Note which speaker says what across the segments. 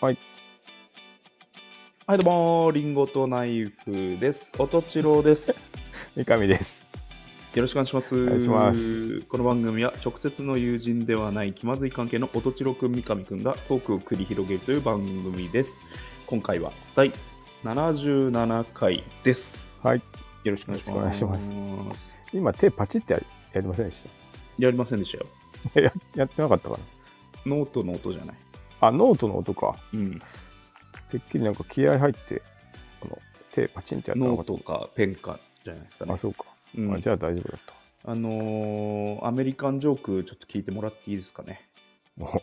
Speaker 1: はい。
Speaker 2: はい、どうも、リンゴとナイフです。おとちろうです。
Speaker 1: 三上です。
Speaker 2: よろしくお願いします。
Speaker 1: お願いします
Speaker 2: この番組は直接の友人ではない気まずい関係のおとちろくん、三上くんがトークを繰り広げるという番組です。今回は第77回です。
Speaker 1: はい。
Speaker 2: よろしくお願いします。
Speaker 1: よろしく今、手パチってやりやりませんでし
Speaker 2: やりませんでしたよ。
Speaker 1: たややってなかったか
Speaker 2: ノートの音じゃない。
Speaker 1: なあ、ノートの音か。
Speaker 2: うん。
Speaker 1: てっきりなんか気合入って、あの手パチンってやった
Speaker 2: ノ
Speaker 1: のか
Speaker 2: ー
Speaker 1: と
Speaker 2: トかペンかじゃないですかね
Speaker 1: あ、。そうか。
Speaker 2: うん
Speaker 1: あじゃあ大丈夫だった。
Speaker 2: あのーアメリカンジョークちょっと聞いてもらっていいですかね。
Speaker 1: も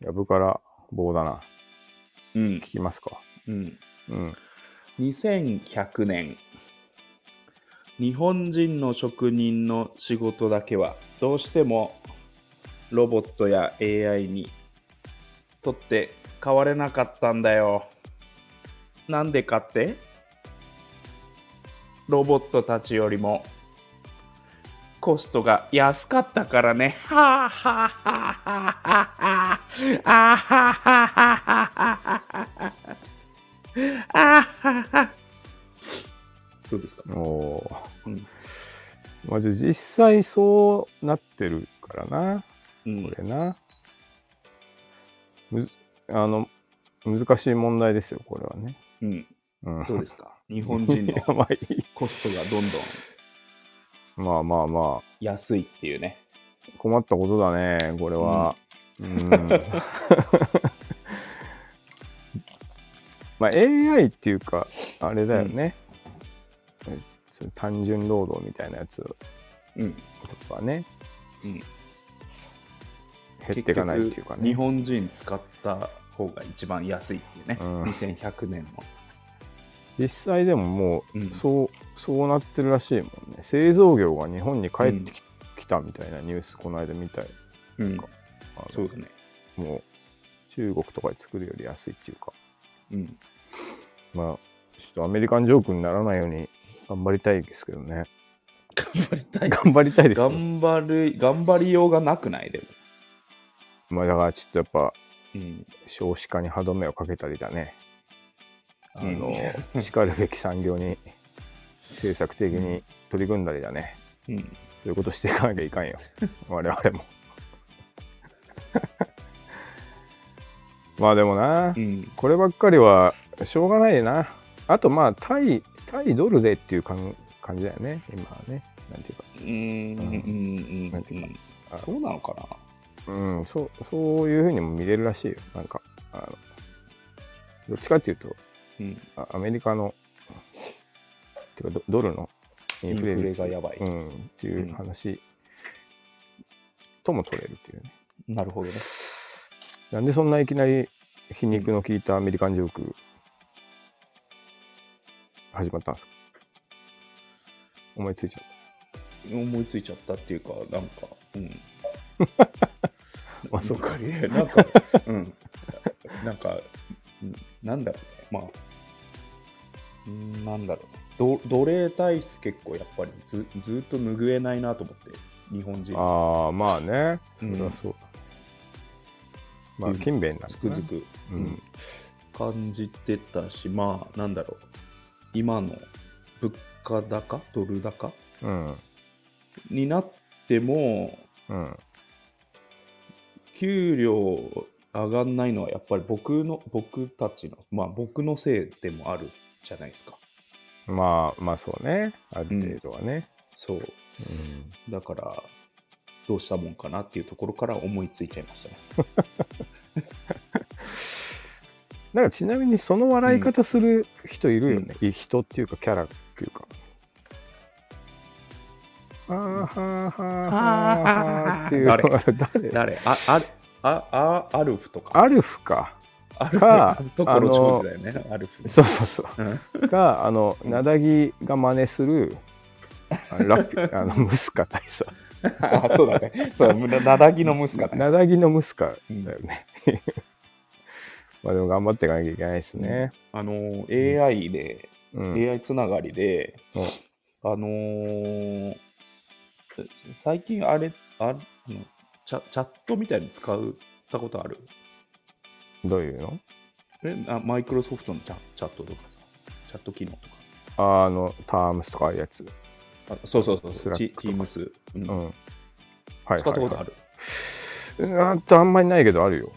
Speaker 1: う、やぶから棒だな。
Speaker 2: うん
Speaker 1: 聞。きますか。
Speaker 2: うん。
Speaker 1: うん。
Speaker 2: 2100年。日本人の職人の仕事だけはどうしてもロボットや AI にとって変われなかったんだよ。なんでかってロボットたちよりもコストが安かったからね。はあはあはあはあはああはあはあはあはああははどうですか、
Speaker 1: おー
Speaker 2: うん
Speaker 1: まあ、じゃあ実際そうなってるからな。
Speaker 2: うん
Speaker 1: これな。むずあの、難しい問題ですよ、これはね。
Speaker 2: うん、
Speaker 1: うん。
Speaker 2: どうですか日本人の
Speaker 1: まあいい
Speaker 2: コストがどんどん
Speaker 1: まあまあま
Speaker 2: 安いっていうね。
Speaker 1: あ、困ったことだね、これは。うん。まあ AI っていうか、あれだよね。えそう単純労働みたいなやつ
Speaker 2: うん
Speaker 1: とかね、
Speaker 2: うん、
Speaker 1: 減っていかないっていうか
Speaker 2: 結局日
Speaker 1: ね。
Speaker 2: 本人使った方が一番安いっていうね、
Speaker 1: うん
Speaker 2: 2100年の。
Speaker 1: 実際でもも
Speaker 2: うん
Speaker 1: う、そう、そうなってるらしいもんね。製造業が日本に帰ってき,、たみたいなニュース、この間見たよ。
Speaker 2: うん
Speaker 1: あの
Speaker 2: そうだね。
Speaker 1: もう中国とかで作るより安いっていうか、
Speaker 2: うん、
Speaker 1: まあ、ちょっとアメリカンジョークにならないように頑張りたいですけどね。
Speaker 2: 頑張りたい。
Speaker 1: 頑張りたいですよ。
Speaker 2: 頑張る、頑張りようがなくないでも。
Speaker 1: まあ、だからちょっとやっぱ
Speaker 2: うん、
Speaker 1: 少子化に歯止めをかけたりだね。あの
Speaker 2: う ん、
Speaker 1: しかるべき産業に政策的に取り組んだりだね。
Speaker 2: うん、
Speaker 1: そういうことしていかなきゃいかん よ。我々も。 まあでもな。
Speaker 2: うん、
Speaker 1: こればっかりはしょうがないな。あとまあ、対、対ドルでっていう感感じだよね、今はね。なんていうか。
Speaker 2: うん、うん、うん
Speaker 1: なんていうか
Speaker 2: うん、そうなのかな。
Speaker 1: うん、そう、そういうふうにも見れるらしいよ。なんか、あの、どっちかっていうと、
Speaker 2: うん、
Speaker 1: あアメリカの、ていうかド、ドルのイ
Speaker 2: イ
Speaker 1: ン
Speaker 2: ン
Speaker 1: フ
Speaker 2: フ
Speaker 1: レ
Speaker 2: レ
Speaker 1: 率
Speaker 2: がやばい。
Speaker 1: うん、っていう話、とも取れるっていうね。
Speaker 2: なるほどね。
Speaker 1: なんでそんないきなり皮肉の効いたアメリカンジョーク始まったんですか思いついちゃっ
Speaker 2: 思いついちゃったっていうか、なんか、 うん。
Speaker 1: た。あ、そうか。
Speaker 2: いやなんか、うん。なんか、うんなんだろうね。まあ、うんなんだろうね。奴奴隷体質結構やっぱりずずーっと拭えないなと思って、日本人は
Speaker 1: ああ、まあね。そりゃそうだ。まあ、
Speaker 2: うん
Speaker 1: 勤勉なんだな
Speaker 2: つくづ。く
Speaker 1: うん。
Speaker 2: 感じてたし、まあ、なんだろう。今の物価高、ドル高
Speaker 1: うん。
Speaker 2: になっても、
Speaker 1: うん。
Speaker 2: 給料上がんないのはやっぱり僕の僕たちのまあ僕のせいでもあるじゃないですか
Speaker 1: まあ、まあそうね。ある程度はね。
Speaker 2: そう
Speaker 1: うん
Speaker 2: だからどうしたもんかなっていうところから思いついちゃいましたね
Speaker 1: なんかちなみにその笑い方する人いるよね、い人っていうかキャラっていうか。あーはーはーはーはーっていう
Speaker 2: 誰
Speaker 1: あれ誰
Speaker 2: 誰ああああアルフとか
Speaker 1: アルフか。
Speaker 2: アル
Speaker 1: か
Speaker 2: フところ長寿だよねアルフ
Speaker 1: そうそうそう
Speaker 2: うん
Speaker 1: う。が、あの、なだぎが真似する、あのラップ、あの、ムスカ大佐。
Speaker 2: あそうだねそうななだぎの息子だね
Speaker 1: なだぎのムスカだよね。 まあでも頑張っていかなきゃいけないですね。
Speaker 2: あの AI で、
Speaker 1: うん。
Speaker 2: AI つながりで、
Speaker 1: うん
Speaker 2: あのー最近あれ、あれあのチャチャットみたいに使ったことある
Speaker 1: どういうの
Speaker 2: えあマイクロソフトのチャチャットとかさ、チャット機能とか。
Speaker 1: あの、タームスとかああいうやつ。
Speaker 2: あそうそうそう
Speaker 1: ス
Speaker 2: そう、
Speaker 1: ラ
Speaker 2: チ
Speaker 1: ックとか
Speaker 2: ームス。うん
Speaker 1: うん。
Speaker 2: 使っ
Speaker 1: はいはい、はい。
Speaker 2: たことある。
Speaker 1: うんあとあんまりないけどあるよ。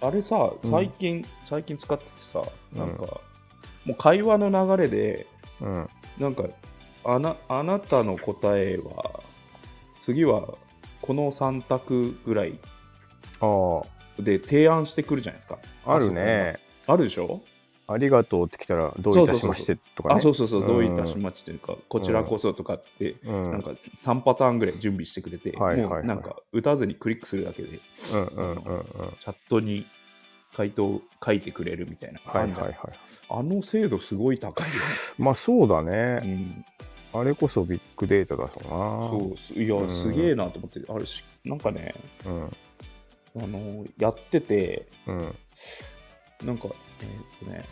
Speaker 2: あれさ、
Speaker 1: うん
Speaker 2: 最近、最近使っててさ、なんか、
Speaker 1: うん
Speaker 2: もう会話の流れで、
Speaker 1: うん。
Speaker 2: なんかあな、あなたの答えは、次はこの3択ぐらい
Speaker 1: あ
Speaker 2: で提案してくるじゃないですか。
Speaker 1: あ、あるね。
Speaker 2: あるでしょ
Speaker 1: ありがとうって来たら、どういたしましてとかね。
Speaker 2: あ、そうそうそう、
Speaker 1: ん
Speaker 2: どういたしましてというか、こちらこそとかって、
Speaker 1: うん。
Speaker 2: なんか3パターンぐらい準備してくれて、
Speaker 1: はいはいはい
Speaker 2: もうなんか打たずにクリックするだけで、チ
Speaker 1: うんうんうんうん。
Speaker 2: ャットに回答を書いてくれるみたいな。
Speaker 1: はいはい
Speaker 2: あ
Speaker 1: は
Speaker 2: ん
Speaker 1: い
Speaker 2: じ。ゃんあの精度すごい高いよ
Speaker 1: まあそうだ
Speaker 2: ね。
Speaker 1: ね。
Speaker 2: うん
Speaker 1: あれこそビッグデータだそうな。
Speaker 2: そうすいや、
Speaker 1: うん
Speaker 2: すげえなと思って、あれし、なんかね、
Speaker 1: う。うん。
Speaker 2: あのやってて、
Speaker 1: うん。
Speaker 2: なんか、えーっとね、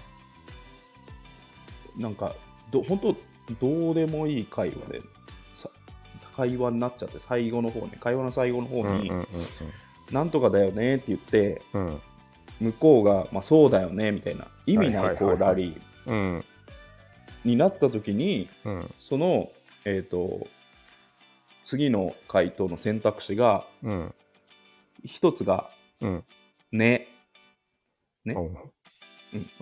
Speaker 2: なんか、ど本当、どうでもいい会話で、さ会話になっちゃって、最後の方ね、会話の最後の方
Speaker 1: うんうん
Speaker 2: に、
Speaker 1: うん
Speaker 2: なんとかだよねって言って、
Speaker 1: うん。うん
Speaker 2: 向こうが、まあ、そうだよねみたいな、意味
Speaker 1: は
Speaker 2: ない
Speaker 1: はいい
Speaker 2: こ
Speaker 1: はいう
Speaker 2: ラリー
Speaker 1: うん。
Speaker 2: になった時に、
Speaker 1: うん。
Speaker 2: その、えーっと、次の回答の選択肢が、
Speaker 1: うん。
Speaker 2: 一つが、
Speaker 1: うん。
Speaker 2: ね、ね
Speaker 1: おう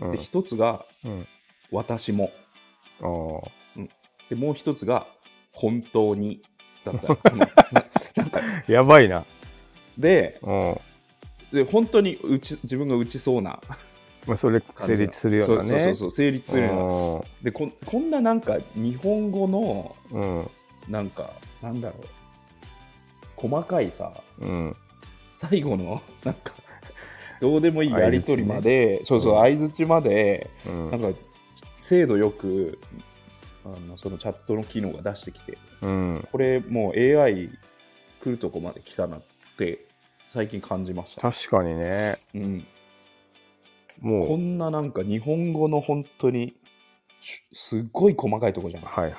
Speaker 1: う
Speaker 2: で
Speaker 1: ん。
Speaker 2: 一つが
Speaker 1: うん。
Speaker 2: 私も
Speaker 1: ああ。
Speaker 2: でもう一つが本当にだった のなんか
Speaker 1: やばいな。
Speaker 2: で
Speaker 1: うん。
Speaker 2: で本当に打ち自分が打ちそうな
Speaker 1: まあそれ
Speaker 2: 感じ
Speaker 1: 成
Speaker 2: が
Speaker 1: 立するようなね。
Speaker 2: そうそうそうそう成立するような
Speaker 1: う
Speaker 2: でこんこんななんか日本語の
Speaker 1: ん。うん。
Speaker 2: なんかなんだろう細かいさ
Speaker 1: うん。
Speaker 2: 最後のなんかどうでもいいやり取りまで、そうそう相づちまで、
Speaker 1: うん
Speaker 2: なんか精度よくあのそのチャットの機能が出してきて
Speaker 1: うん、
Speaker 2: これもう AI 来るとこまで来たなって最近感じました、
Speaker 1: 確かにね、
Speaker 2: うん、こ
Speaker 1: もう、
Speaker 2: んななんか日本語の本当にしすっごい細かいとこじゃない
Speaker 1: はいはい。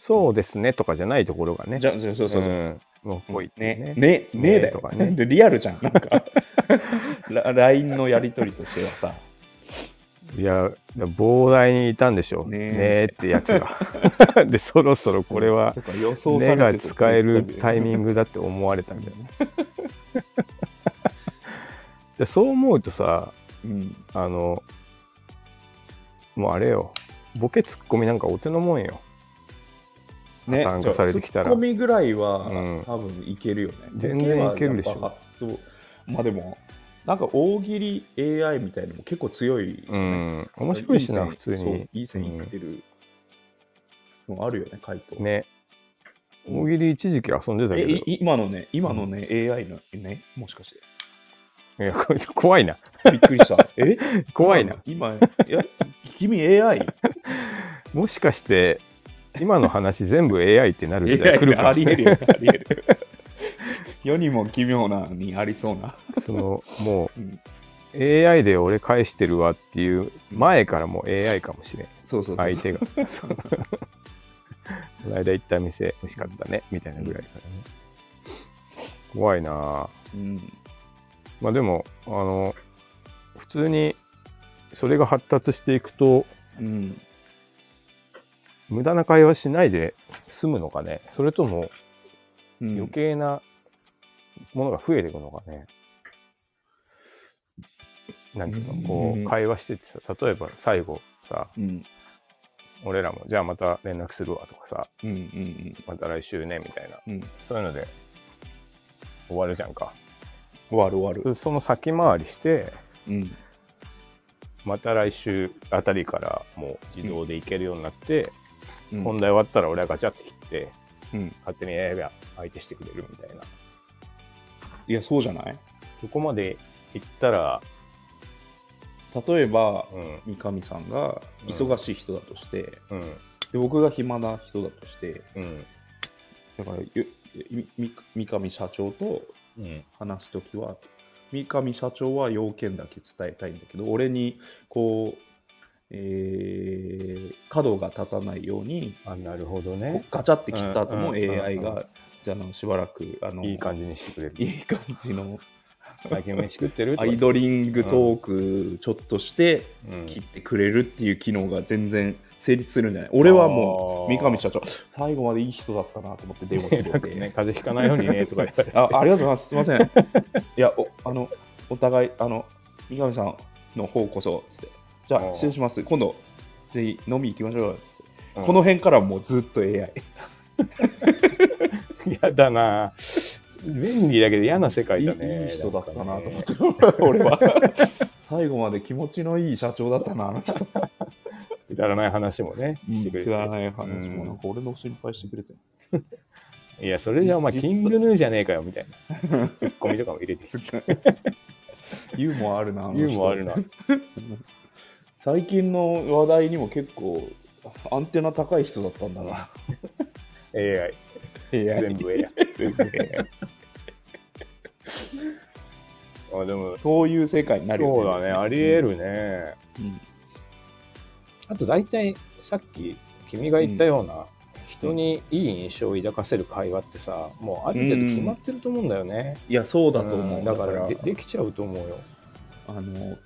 Speaker 1: そうですねとかじゃないところがね、
Speaker 2: じゃじゃそうそうそう、
Speaker 1: うん、もうぽいっていうね。
Speaker 2: ねねねだ
Speaker 1: と
Speaker 2: よ
Speaker 1: か、ね
Speaker 2: リアルじゃんな んかラ LINE のやり取りとしてはさ
Speaker 1: いや、膨大にいたんでしょう。
Speaker 2: ね
Speaker 1: ねえってやつ が。で、そろそろこれは
Speaker 2: と、か予想さ
Speaker 1: ね
Speaker 2: れ
Speaker 1: が
Speaker 2: てた
Speaker 1: 使えるタイ
Speaker 2: ン
Speaker 1: ミングだって思われたんだ よね。でそう思うとさ、
Speaker 2: グ、うん、
Speaker 1: あの、もうあれよ、ボケツッコミなんかお手のもんよ。
Speaker 2: ね
Speaker 1: 破綻化されてきたら
Speaker 2: ツッコミぐらいは、
Speaker 1: うん
Speaker 2: 多分いけるよね
Speaker 1: 全然いけるでしょ
Speaker 2: ボケはやっぱ発想まあでもなんか大喜利 AI みたいなのも結構強い、
Speaker 1: うん、面白いしな、
Speaker 2: 線
Speaker 1: 普通
Speaker 2: そう
Speaker 1: に。
Speaker 2: いい線いってる、のあるよね回答
Speaker 1: ね。大喜利一時期遊んでた
Speaker 2: え
Speaker 1: けど
Speaker 2: い、今のね今のね、AI のねもしかして
Speaker 1: いやこいつ怖いな。
Speaker 2: びっくりした え
Speaker 1: 怖い な。
Speaker 2: 今いや君 AI
Speaker 1: もしかして、今の話全部 AI ってなる 時代来
Speaker 2: AI
Speaker 1: るか
Speaker 2: あ
Speaker 1: も
Speaker 2: り
Speaker 1: しれ
Speaker 2: える
Speaker 1: ない。
Speaker 2: よありえる世にも奇妙なにありそうな、
Speaker 1: その、も
Speaker 2: うん
Speaker 1: う、AI で俺返してるわっていう前からもう AI かもしれん。
Speaker 2: そうそうそう、
Speaker 1: 相 手が。そうこの間行った店、美味しかったね。みたいなぐらいからね。怖いなぁ
Speaker 2: うん
Speaker 1: まあでも、あの、普通に、それが発達していくと、
Speaker 2: うん
Speaker 1: 無駄な会話しないで済むのかねそれとも
Speaker 2: うん
Speaker 1: 余計なものが増えていくのかね、なんていうのこ
Speaker 2: うん
Speaker 1: う会話しててさ例えば最後さ
Speaker 2: うん
Speaker 1: 俺らもじゃあまた連絡するわとかさ
Speaker 2: うんうん
Speaker 1: また来週ねみたいな
Speaker 2: うんうん
Speaker 1: そういうので終わるじゃんか
Speaker 2: 終わる終わる
Speaker 1: そその先回りして
Speaker 2: うん
Speaker 1: また来週あたりからもう自動で行けるようになって、
Speaker 2: うん
Speaker 1: 本題終わったら俺はガチャって切って
Speaker 2: うん
Speaker 1: 勝手に AI が相手してくれるみたいない
Speaker 2: やそうじゃない
Speaker 1: そこまで行ったら、
Speaker 2: 例えば
Speaker 1: うん、
Speaker 2: 三上さんが
Speaker 1: うん
Speaker 2: 忙しい人だとして、
Speaker 1: うん、
Speaker 2: で僕が暇な人だとして
Speaker 1: うん、
Speaker 2: だからゆみみ三上社長と
Speaker 1: うん、
Speaker 2: 話す時は三上社長は要件だけ伝えたいんだけど俺にこう、えー角が立たないように
Speaker 1: あ、なるほど
Speaker 2: こ
Speaker 1: ね
Speaker 2: う。ガチャって切った後
Speaker 1: う
Speaker 2: も
Speaker 1: んうんうんうん
Speaker 2: AI がじゃああのしばらくあの
Speaker 1: いい感じにしてくれる。
Speaker 2: いい感じの
Speaker 1: 最近飯食ってると
Speaker 2: ア
Speaker 1: か
Speaker 2: イドリングトークちょっとして
Speaker 1: うん
Speaker 2: 切ってくれるっていう機能が全然成立するんじゃない俺はもう
Speaker 1: あー
Speaker 2: 三上社長最後までいい人だったなと思って電話して
Speaker 1: なんかね、風邪ひかないように ねとか言って
Speaker 2: あありがとうございます。すみ ません。いや、おあの、お互い、あの、三上さんの方こそ、つって。じゃ
Speaker 1: お
Speaker 2: あ、
Speaker 1: う
Speaker 2: 失礼します。今度、ぜひ飲み行きましょうよ、つって。この辺からもうずっと AI。
Speaker 1: 嫌だな便利だけど嫌な世界だ
Speaker 2: いい
Speaker 1: ね
Speaker 2: いい人だったなと
Speaker 1: んか
Speaker 2: 思
Speaker 1: ね
Speaker 2: って、 俺は。最後まで気持ちのいい社長だったな、あの人。
Speaker 1: くだらない話もねしてくれ
Speaker 2: くだら
Speaker 1: て
Speaker 2: ない話も、なんか俺の心配してくれ て。
Speaker 1: いやそれじゃお前
Speaker 2: 実
Speaker 1: キ
Speaker 2: 際
Speaker 1: ングヌーじゃねえかよみたい なツッコミとかも入れて
Speaker 2: すっごいユーモアあるな、あの人
Speaker 1: ユーモアある な
Speaker 2: 最近の話題にも結構、アンテナ高い人だったんだ な。
Speaker 1: AI 全部 AI 全部 AI あでも
Speaker 2: そういう世界になるよね。
Speaker 1: そうだねありえるね
Speaker 2: うん。
Speaker 1: あと大体さっき君が言ったような人にいい印象を抱かせる会話ってさもうある程度決まってると思うんだよね
Speaker 2: いや、そうだと思う。
Speaker 1: んだから
Speaker 2: で
Speaker 1: でできちゃうと思うよ
Speaker 2: あの、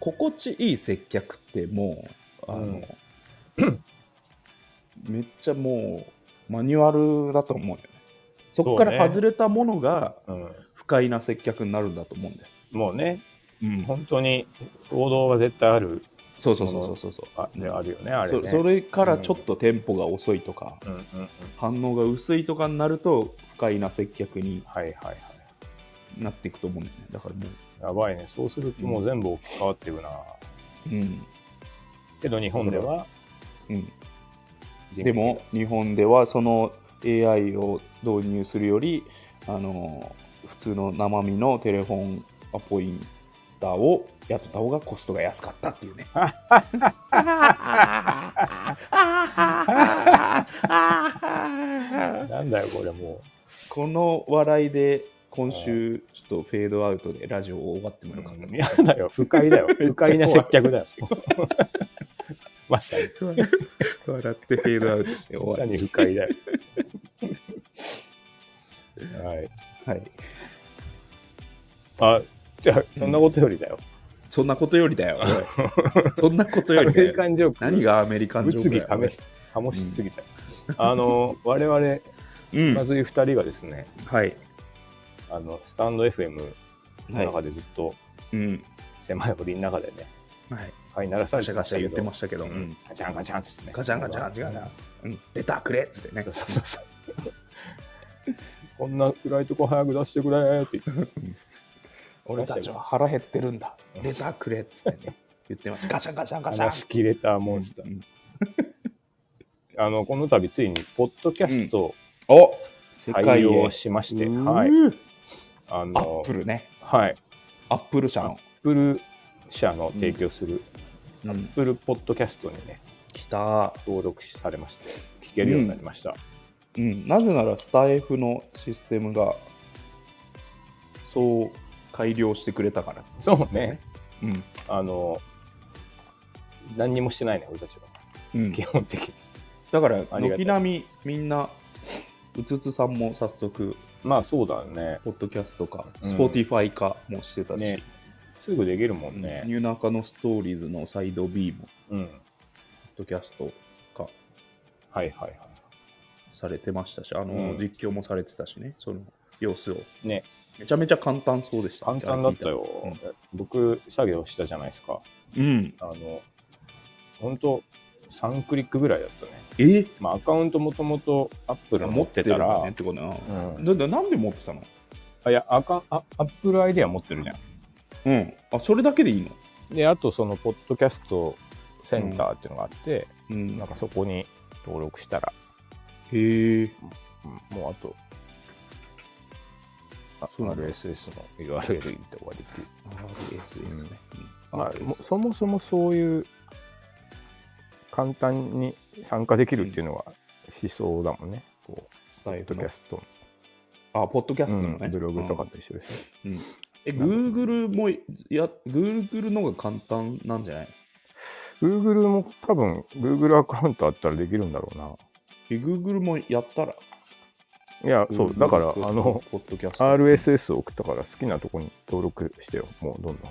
Speaker 2: 心地いい接客ってもう、あの、
Speaker 1: う
Speaker 2: めっちゃもう、マニュアルだと思うよね。そこか
Speaker 1: そう
Speaker 2: ら
Speaker 1: ね
Speaker 2: 外れたものが
Speaker 1: うん
Speaker 2: 不快な接客になるんだと思うんだよ。
Speaker 1: もうね
Speaker 2: うん、
Speaker 1: 本当に王道が絶対ある
Speaker 2: そうそうそうそうそうそう
Speaker 1: あであるよねあれね
Speaker 2: そそれからちょっとテンポが遅いとか、
Speaker 1: うんうんうん
Speaker 2: 反応が薄いとかになると不快な接客に
Speaker 1: はいはいはい
Speaker 2: なっていくと思うんだよねだからも
Speaker 1: やばいねそうするともう全部置き換わってるな、
Speaker 2: う、うん
Speaker 1: けど日本では
Speaker 2: うん、
Speaker 1: 人
Speaker 2: でも日本ではその AI を導入するよりあの普通の生身のテレフォンアポインターを雇った方がコストが安かったっていうね。
Speaker 1: なんだよこれも
Speaker 2: この笑いで今週ちょっとフェードアウトでラジオを終わっても
Speaker 1: う、
Speaker 2: よかっ
Speaker 1: うん、やだよ不快だ よ不快な接客だよまさに
Speaker 2: た。笑ってフェードアウトして
Speaker 1: ま
Speaker 2: 終
Speaker 1: さ
Speaker 2: わ
Speaker 1: に不快だよはい
Speaker 2: り。はい、
Speaker 1: あじゃあそんなことよりだよ、
Speaker 2: そんなことよりだよ。 おいそんなことよ
Speaker 1: ア
Speaker 2: り
Speaker 1: メ
Speaker 2: だ
Speaker 1: リカ
Speaker 2: よ。
Speaker 1: ンジョーク
Speaker 2: 何がアメリカンジョ
Speaker 1: 物
Speaker 2: ーク
Speaker 1: 議
Speaker 2: だよ
Speaker 1: かし醸しすぎた、あの我々
Speaker 2: うん、
Speaker 1: まずい2人がですね、
Speaker 2: はい。
Speaker 1: あのスタンド FM の中でずっと
Speaker 2: うん。
Speaker 1: 狭い檻の中でね、
Speaker 2: はい。
Speaker 1: はい、鳴らさ
Speaker 2: ガ
Speaker 1: れて
Speaker 2: シャガ
Speaker 1: ま
Speaker 2: シ
Speaker 1: し
Speaker 2: ャ
Speaker 1: たけ
Speaker 2: 言っ
Speaker 1: ど
Speaker 2: てましたけど、
Speaker 1: うん、ガチャンガチャンっつってね
Speaker 2: ガチャンガチャンガチャンガチャンうん、レターくれっつってね
Speaker 1: そう。そうそうこんな暗いとこ早く出してくれーって言って
Speaker 2: 俺たちは腹減ってるんだ。レターくれっつってね。 言ってました。ガシャンガシャンガシ
Speaker 1: 話し
Speaker 2: ャ
Speaker 1: 切れたモンスター、
Speaker 2: ン。
Speaker 1: あのこの度ついにポッドキャストを
Speaker 2: お世
Speaker 1: 採
Speaker 2: 界
Speaker 1: 用
Speaker 2: を
Speaker 1: しまして、
Speaker 2: は
Speaker 1: はいい。あ
Speaker 2: アッ
Speaker 1: の
Speaker 2: プルね。
Speaker 1: はい
Speaker 2: アップル社の。
Speaker 1: アップル社の提供する
Speaker 2: うん
Speaker 1: アッ。プルポッドキャストにね
Speaker 2: 来た。
Speaker 1: 登録されまして聞けるようになりました、
Speaker 2: うん。なぜならスタイフのシステムがそう改良してくれたから。
Speaker 1: そうね
Speaker 2: うん。
Speaker 1: あの何にもしてないね俺たちは
Speaker 2: うん、
Speaker 1: 基本的に
Speaker 2: だから
Speaker 1: ありがたい
Speaker 2: 軒並みみんなうつつさんも早速
Speaker 1: まあそうだね
Speaker 2: ポッドキャストか
Speaker 1: うん
Speaker 2: スポティファイかもしてたし、
Speaker 1: ねすぐできるもんね
Speaker 2: ニューナカのストーリーズのサイド B も、
Speaker 1: うん
Speaker 2: ポッドキャスト化
Speaker 1: はいはいは
Speaker 2: されてましたし、あの、
Speaker 1: うん
Speaker 2: 実況もされてたしね、その様子を。
Speaker 1: いね
Speaker 2: めちゃめちゃ簡単そうでした。
Speaker 1: 簡単だったよ、僕作業したじゃないですか
Speaker 2: うん。
Speaker 1: あの本当3クリックぐらいだったね
Speaker 2: え
Speaker 1: まあアカウントもともとアップル持
Speaker 2: 持
Speaker 1: っ
Speaker 2: ってて
Speaker 1: た
Speaker 2: た
Speaker 1: ら
Speaker 2: ら。ねってことな。
Speaker 1: うん
Speaker 2: だだなんで持ってたの
Speaker 1: あいやアカアップルアイデア持ってるじゃん
Speaker 2: うん。あ、それだけでいいの
Speaker 1: であとそのポッドキャストセンターっていうのがあって、
Speaker 2: うん
Speaker 1: なんかそこに登録したら、
Speaker 2: へえ。
Speaker 1: うんもうあとあ
Speaker 2: そうなんだ
Speaker 1: RSS の URL 入って終わりっていう、
Speaker 2: RSS ね。うん
Speaker 1: まあ、もそもそもそういう簡単に参加できるっていうのは思想だもんね、こう
Speaker 2: スタイ
Speaker 1: ポッド
Speaker 2: ル
Speaker 1: キ
Speaker 2: の
Speaker 1: ャ。スト、
Speaker 2: あ、ポッドキャスト
Speaker 1: う
Speaker 2: の
Speaker 1: ん
Speaker 2: ね。
Speaker 1: ブログとか
Speaker 2: うん。
Speaker 1: と一緒です、
Speaker 2: うんえ、Google も、いや、Google のが簡単なんじゃない
Speaker 1: ね Google も多分 Google アカウントあったらできるんだろうな
Speaker 2: え Google もやったら
Speaker 1: いや、そう、だから、あの、
Speaker 2: ポッドキャスト。
Speaker 1: RSS を送ったから好きなとこに登録してよ、もうどんどん。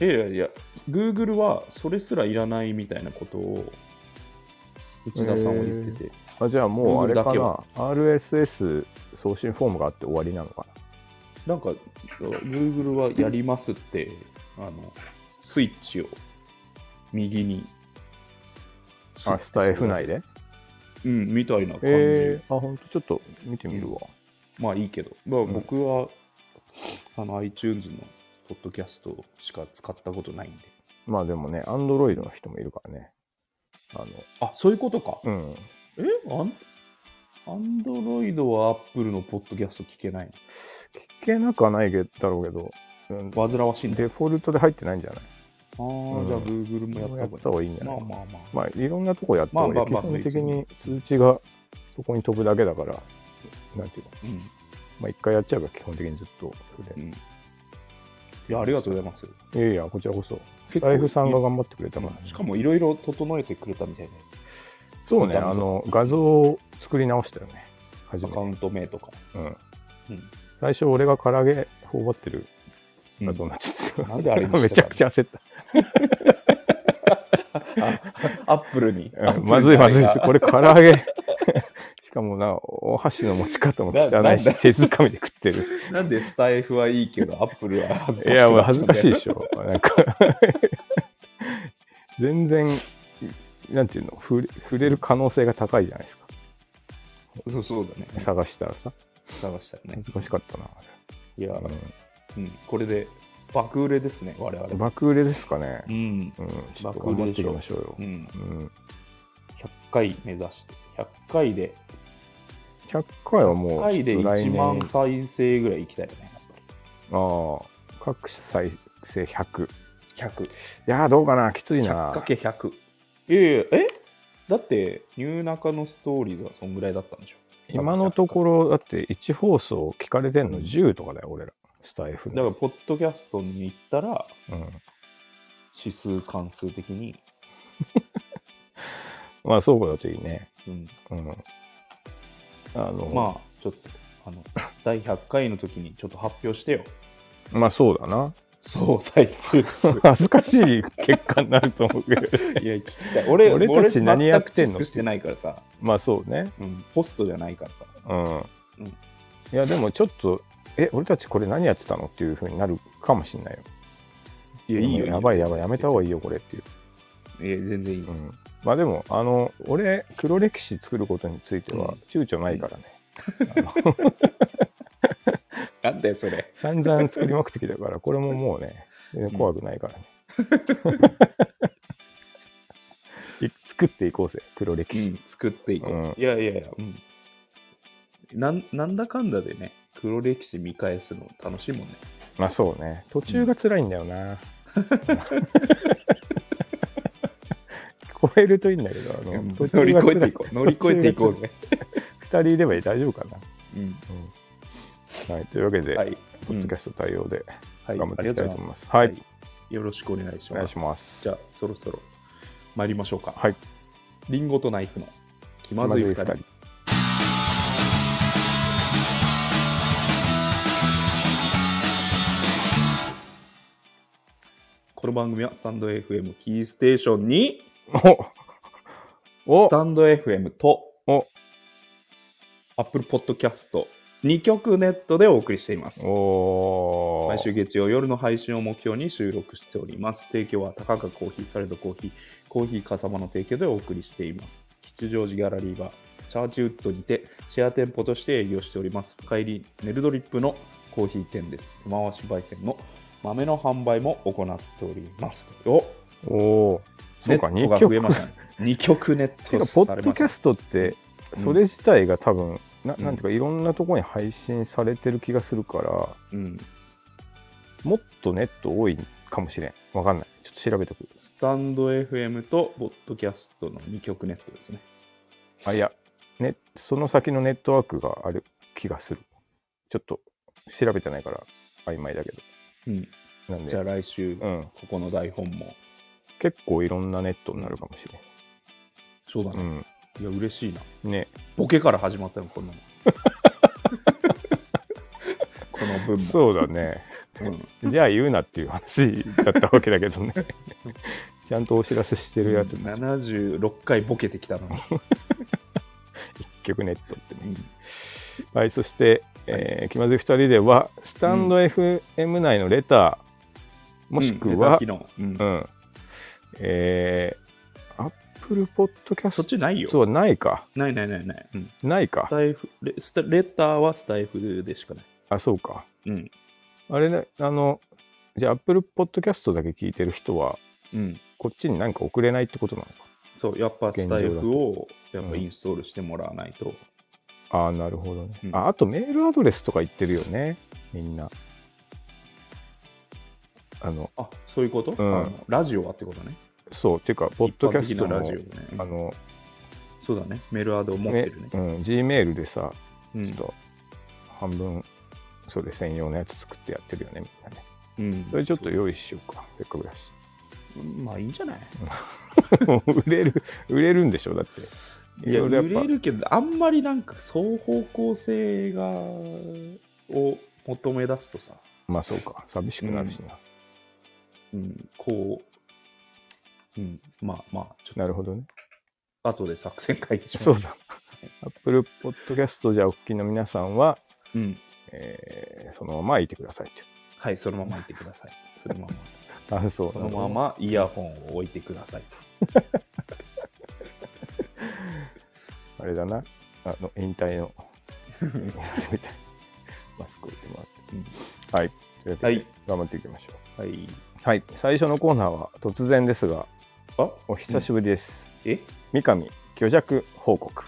Speaker 2: いやいやいや、Google はそれすらいらないみたいなことを、内田さんは言ってて。
Speaker 1: あじゃあもうあれかな、
Speaker 2: Google だけは
Speaker 1: RSS 送信フォームがあって終わりなのか
Speaker 2: なんか、Google はやりますって、あの、スイッチを右に。
Speaker 1: な。あ、スタイフ内で
Speaker 2: うん、みたいな感じ。
Speaker 1: えー、あ、ほんとちょっと見てみるわ。
Speaker 2: まあいいけど、まあ、僕は、あの iTunes のポッドキャストしか使ったことないんで。
Speaker 1: まあでもね、Android の人もいるからね。あ
Speaker 2: あ、そういうことか。
Speaker 1: の、うん。
Speaker 2: えアンアンドロイドは Apple のポッドキャスト聞けない
Speaker 1: 聞けなくはないけだろうけど、うん
Speaker 2: の煩わしいんだ。
Speaker 1: デフォルトで入ってないんじゃない
Speaker 2: ああ、じゃあ Google もやった
Speaker 1: やっ
Speaker 2: 方
Speaker 1: た
Speaker 2: が
Speaker 1: 方が
Speaker 2: い
Speaker 1: いいんじ
Speaker 2: い。
Speaker 1: ゃな
Speaker 2: ま
Speaker 1: い
Speaker 2: あまあまあ。
Speaker 1: まあ、いろんなとこやって、
Speaker 2: まあ
Speaker 1: 俺
Speaker 2: まあまあ
Speaker 1: 基本的に通知がそこに飛ぶだけだから、なんていうの、
Speaker 2: うん
Speaker 1: まあ、一回やっちゃえば基本的にずっとそれ
Speaker 2: うんいや、ありがとうございます。
Speaker 1: で。いやいや、こちらこそ。
Speaker 2: 結構
Speaker 1: ライフさんが頑張ってくれたから、
Speaker 2: しかもいろいろ整えてくれたみたいで、
Speaker 1: そうね、
Speaker 2: 頑張っ
Speaker 1: あの、画像を作り直したよね。初
Speaker 2: ア
Speaker 1: め
Speaker 2: カ
Speaker 1: て。
Speaker 2: ウント名とか。
Speaker 1: うん。
Speaker 2: うん
Speaker 1: 最初俺が唐揚げ頬張ってる
Speaker 2: うん
Speaker 1: 画 像になっちゃった。
Speaker 2: なんであれにしたの
Speaker 1: めちゃくちゃ焦った。
Speaker 2: アップルに。
Speaker 1: うんまずいまずいです。これ唐揚げ。 しかもな、お箸の持ち方も汚い
Speaker 2: ななんだ
Speaker 1: し、手づかみで食ってる。
Speaker 2: なんでスタイフはいいけど、アップルは恥ず
Speaker 1: い
Speaker 2: かしい。
Speaker 1: や、もう恥ずかしいでしょ。なんか、全然、なんていうの触れ、触れる可能性が高いじゃないですか。
Speaker 2: そうそうだね。
Speaker 1: 探したらさ、
Speaker 2: 探したよね
Speaker 1: 難。しかったな。あ
Speaker 2: いや、
Speaker 1: れ
Speaker 2: うん、これで爆売れですね、我々
Speaker 1: うん、。爆売れですかね
Speaker 2: う。ん
Speaker 1: う、ん、ちょっと
Speaker 2: 爆
Speaker 1: 頑
Speaker 2: 売
Speaker 1: 張
Speaker 2: れ
Speaker 1: っ
Speaker 2: で
Speaker 1: て
Speaker 2: し
Speaker 1: い
Speaker 2: ょ
Speaker 1: きましょうよ
Speaker 2: う。ん。
Speaker 1: うん、
Speaker 2: 100回目指して、100回で、
Speaker 1: 100回はも
Speaker 2: 100
Speaker 1: う、
Speaker 2: 回で
Speaker 1: ちょっと来
Speaker 2: 1
Speaker 1: 年
Speaker 2: 万再生ぐらいいきたいよね、やっ
Speaker 1: ああ、各社再生100。い
Speaker 2: ぱり。100。
Speaker 1: やー、どうかな、きついな。
Speaker 2: 100×100。いやいや、えだって、ニューナカのストーリーズはそんぐらいだったんでしょ。
Speaker 1: 今のところ、だって1放送聞かれてんの10とかだよ、俺ら。スタイフ
Speaker 2: だ
Speaker 1: の。
Speaker 2: から、ポッドキャストに行ったら、
Speaker 1: うん、
Speaker 2: 指数関数的に、
Speaker 1: まあ、そうだといいね。
Speaker 2: うん、
Speaker 1: うん。あの、ま
Speaker 2: まあ、ちょっと、あの、 第100回の時にちょっと発表してよ。
Speaker 1: あ、まあ、そうだな。
Speaker 2: そう、再生数。
Speaker 1: 恥ずかしい結果になると思うけど。
Speaker 2: いや、聞きたい。俺、
Speaker 1: 俺たち何やってんの
Speaker 2: 俺全くチェックしてないからさ、
Speaker 1: まあ、そうね。
Speaker 2: うん、ホストじゃないからさ。
Speaker 1: うん。
Speaker 2: うん
Speaker 1: いや、でもちょっと、え、俺たちこれ何やってたのっていうふうになるかもしれないよ。
Speaker 2: い
Speaker 1: やばいやばい、やめた方がいい
Speaker 2: よ。
Speaker 1: よ、これっていう。
Speaker 2: いや、全然いい。
Speaker 1: うん、まあでもあの俺黒歴史作ることについては
Speaker 2: うん
Speaker 1: 躊躇ないからね、
Speaker 2: なんだよ、それ。
Speaker 1: 散々作りまくってきた からこれももうね全然怖くないからね、い作っていこうぜ黒歴
Speaker 2: う
Speaker 1: 史、
Speaker 2: ん、作っていこう。
Speaker 1: うん
Speaker 2: いやいやいや、うんなん。なんだかんだでね、黒歴史見返すの楽しいもんね。
Speaker 1: まあそうね途中が辛いんだよな、超えるといいんだけどあの途
Speaker 2: 乗
Speaker 1: 中
Speaker 2: り
Speaker 1: が
Speaker 2: 越え
Speaker 1: 辛
Speaker 2: てい
Speaker 1: い
Speaker 2: こ う。乗り越えていこ うぜ。
Speaker 1: 2人いれば大丈夫かな、
Speaker 2: うん
Speaker 1: うんはい、というわけで、
Speaker 2: はい。
Speaker 1: ポッドキャスト対応で
Speaker 2: はい
Speaker 1: 頑張っていきたいと思います、
Speaker 2: は
Speaker 1: はいい、。
Speaker 2: よろしくお願いし
Speaker 1: お願
Speaker 2: ま
Speaker 1: い
Speaker 2: す
Speaker 1: し。ます
Speaker 2: じゃあ、そろそろ参りましょうか。
Speaker 1: はい
Speaker 2: リンゴとナイフの気ま
Speaker 1: ま
Speaker 2: ず
Speaker 1: ず
Speaker 2: い
Speaker 1: い
Speaker 2: 二
Speaker 1: 二
Speaker 2: 人
Speaker 1: 人。
Speaker 2: この番組はスタンド FM キーステーションに、
Speaker 1: お
Speaker 2: スタンド FM と
Speaker 1: お
Speaker 2: Apple Podcast、2曲ネットでお送りしています。
Speaker 1: お
Speaker 2: 毎週月曜夜の配信を目標に収録しております。提供は高かコーヒー、サレドコーヒー、コーヒーかさまの提供でお送りしています。吉祥寺ギャラリーはチャーチウッドにてシェア店舗として営業しております。深入りネルドリップのコーヒー店です。手回し焙煎の豆の販売も行っております。お
Speaker 1: おおそうか
Speaker 2: ネッ
Speaker 1: 2
Speaker 2: トが増えま
Speaker 1: 曲
Speaker 2: したね。2曲ネッ
Speaker 1: て
Speaker 2: ト
Speaker 1: かポ
Speaker 2: され
Speaker 1: ッドキ
Speaker 2: ました
Speaker 1: ャ。ストって
Speaker 2: うん
Speaker 1: それ自体が多分、な
Speaker 2: うん
Speaker 1: なんていうかいろんなところに配信されてる気がするから
Speaker 2: うん
Speaker 1: もっとネット多いかもしれんわかんないちょっと調べとく
Speaker 2: スタンド FM とポッドキャストの2曲ネットですね。
Speaker 1: あいや、ね、その先のネットワークがある気がするちょっと調べてないから曖昧だけ
Speaker 2: うん、
Speaker 1: どなん
Speaker 2: じゃあ
Speaker 1: で
Speaker 2: 来週、
Speaker 1: う
Speaker 2: こ
Speaker 1: ん
Speaker 2: この台本も。
Speaker 1: 結構いろんなネットになるかもしれ
Speaker 2: そうだ
Speaker 1: ん、う
Speaker 2: ね。
Speaker 1: ん
Speaker 2: いや、嬉しいな。
Speaker 1: ね
Speaker 2: ボケから始まったよ、こんなの。その分も。
Speaker 1: そうだね。
Speaker 2: うん
Speaker 1: じゃあ言うなっていう話だったわけだけどね。 ちゃんとお知らせしてるやつ、結
Speaker 2: 76回ボケてきたのに。
Speaker 1: 局ネットってね。はい、そして、えー気まずい2人では、スタンド FM 内のレター、もしくは、
Speaker 2: うんネタ機能うん
Speaker 1: うん。えー、Apple Podcast
Speaker 2: そっちないよ。
Speaker 1: そう、ないか。
Speaker 2: ないないないない。うん
Speaker 1: ない
Speaker 2: ス
Speaker 1: か。
Speaker 2: タイフレスタレターはスタイフでしかない。
Speaker 1: あ、そうか。
Speaker 2: うん。
Speaker 1: あれね、あの、じゃあ Apple Podcast だけ聞いてる人は、
Speaker 2: うん。
Speaker 1: こっちに何か送れないってことなのか。
Speaker 2: そう、やっぱスタイフをやっぱインストールしてもらわないと。
Speaker 1: ああ、なるほどね。
Speaker 2: うん
Speaker 1: ああとメールアドレスとか言ってるよね、みんな。あの、
Speaker 2: あ、そういうこと、
Speaker 1: うん
Speaker 2: あのラジオはってことね。
Speaker 1: そう、っていうか、ポッドキャスト
Speaker 2: 一般的な
Speaker 1: の、
Speaker 2: ラジオね。うん
Speaker 1: あの、
Speaker 2: そうだね。メールアドを持ってるね
Speaker 1: う。ん、G メールでさ、
Speaker 2: う
Speaker 1: ちょっ
Speaker 2: ん
Speaker 1: と半分、それ専用のやつ作ってやってるよね、みんなね。
Speaker 2: うん
Speaker 1: それちょっと用意しようか、せっかくだし。
Speaker 2: うんまあいいんじゃない
Speaker 1: もう 売れる、売れるんでしょ、だって。
Speaker 2: い
Speaker 1: い
Speaker 2: や、
Speaker 1: ろ
Speaker 2: 売
Speaker 1: いろやっぱ
Speaker 2: れるけど、あんまりなんか、双方向性が、を求め出すとさ、
Speaker 1: まあそうか、寂しくなるしな。
Speaker 2: うん、こう、うん、まあまあ、ちょ
Speaker 1: な
Speaker 2: っ
Speaker 1: るほどね。
Speaker 2: と、後で作戦会議しましょ。
Speaker 1: そううだ。Apple Podcast じゃお聞きの皆さんは、
Speaker 2: うん。
Speaker 1: えーそのままいてくださいっていう。
Speaker 2: はい、そのまま行ってください。そのまま。
Speaker 1: あ、そう。
Speaker 2: そのままイヤホンを置いてください。
Speaker 1: あれだな。あの、引 退の。やってみたい。マスクを置いてもらって。はい。というわけで、
Speaker 2: はい
Speaker 1: 頑張っていきましょう。
Speaker 2: はい。
Speaker 1: はい。最初のコーナーは突然ですが、
Speaker 2: あ
Speaker 1: お久しぶりです。
Speaker 2: え
Speaker 1: 三上虚弱報告。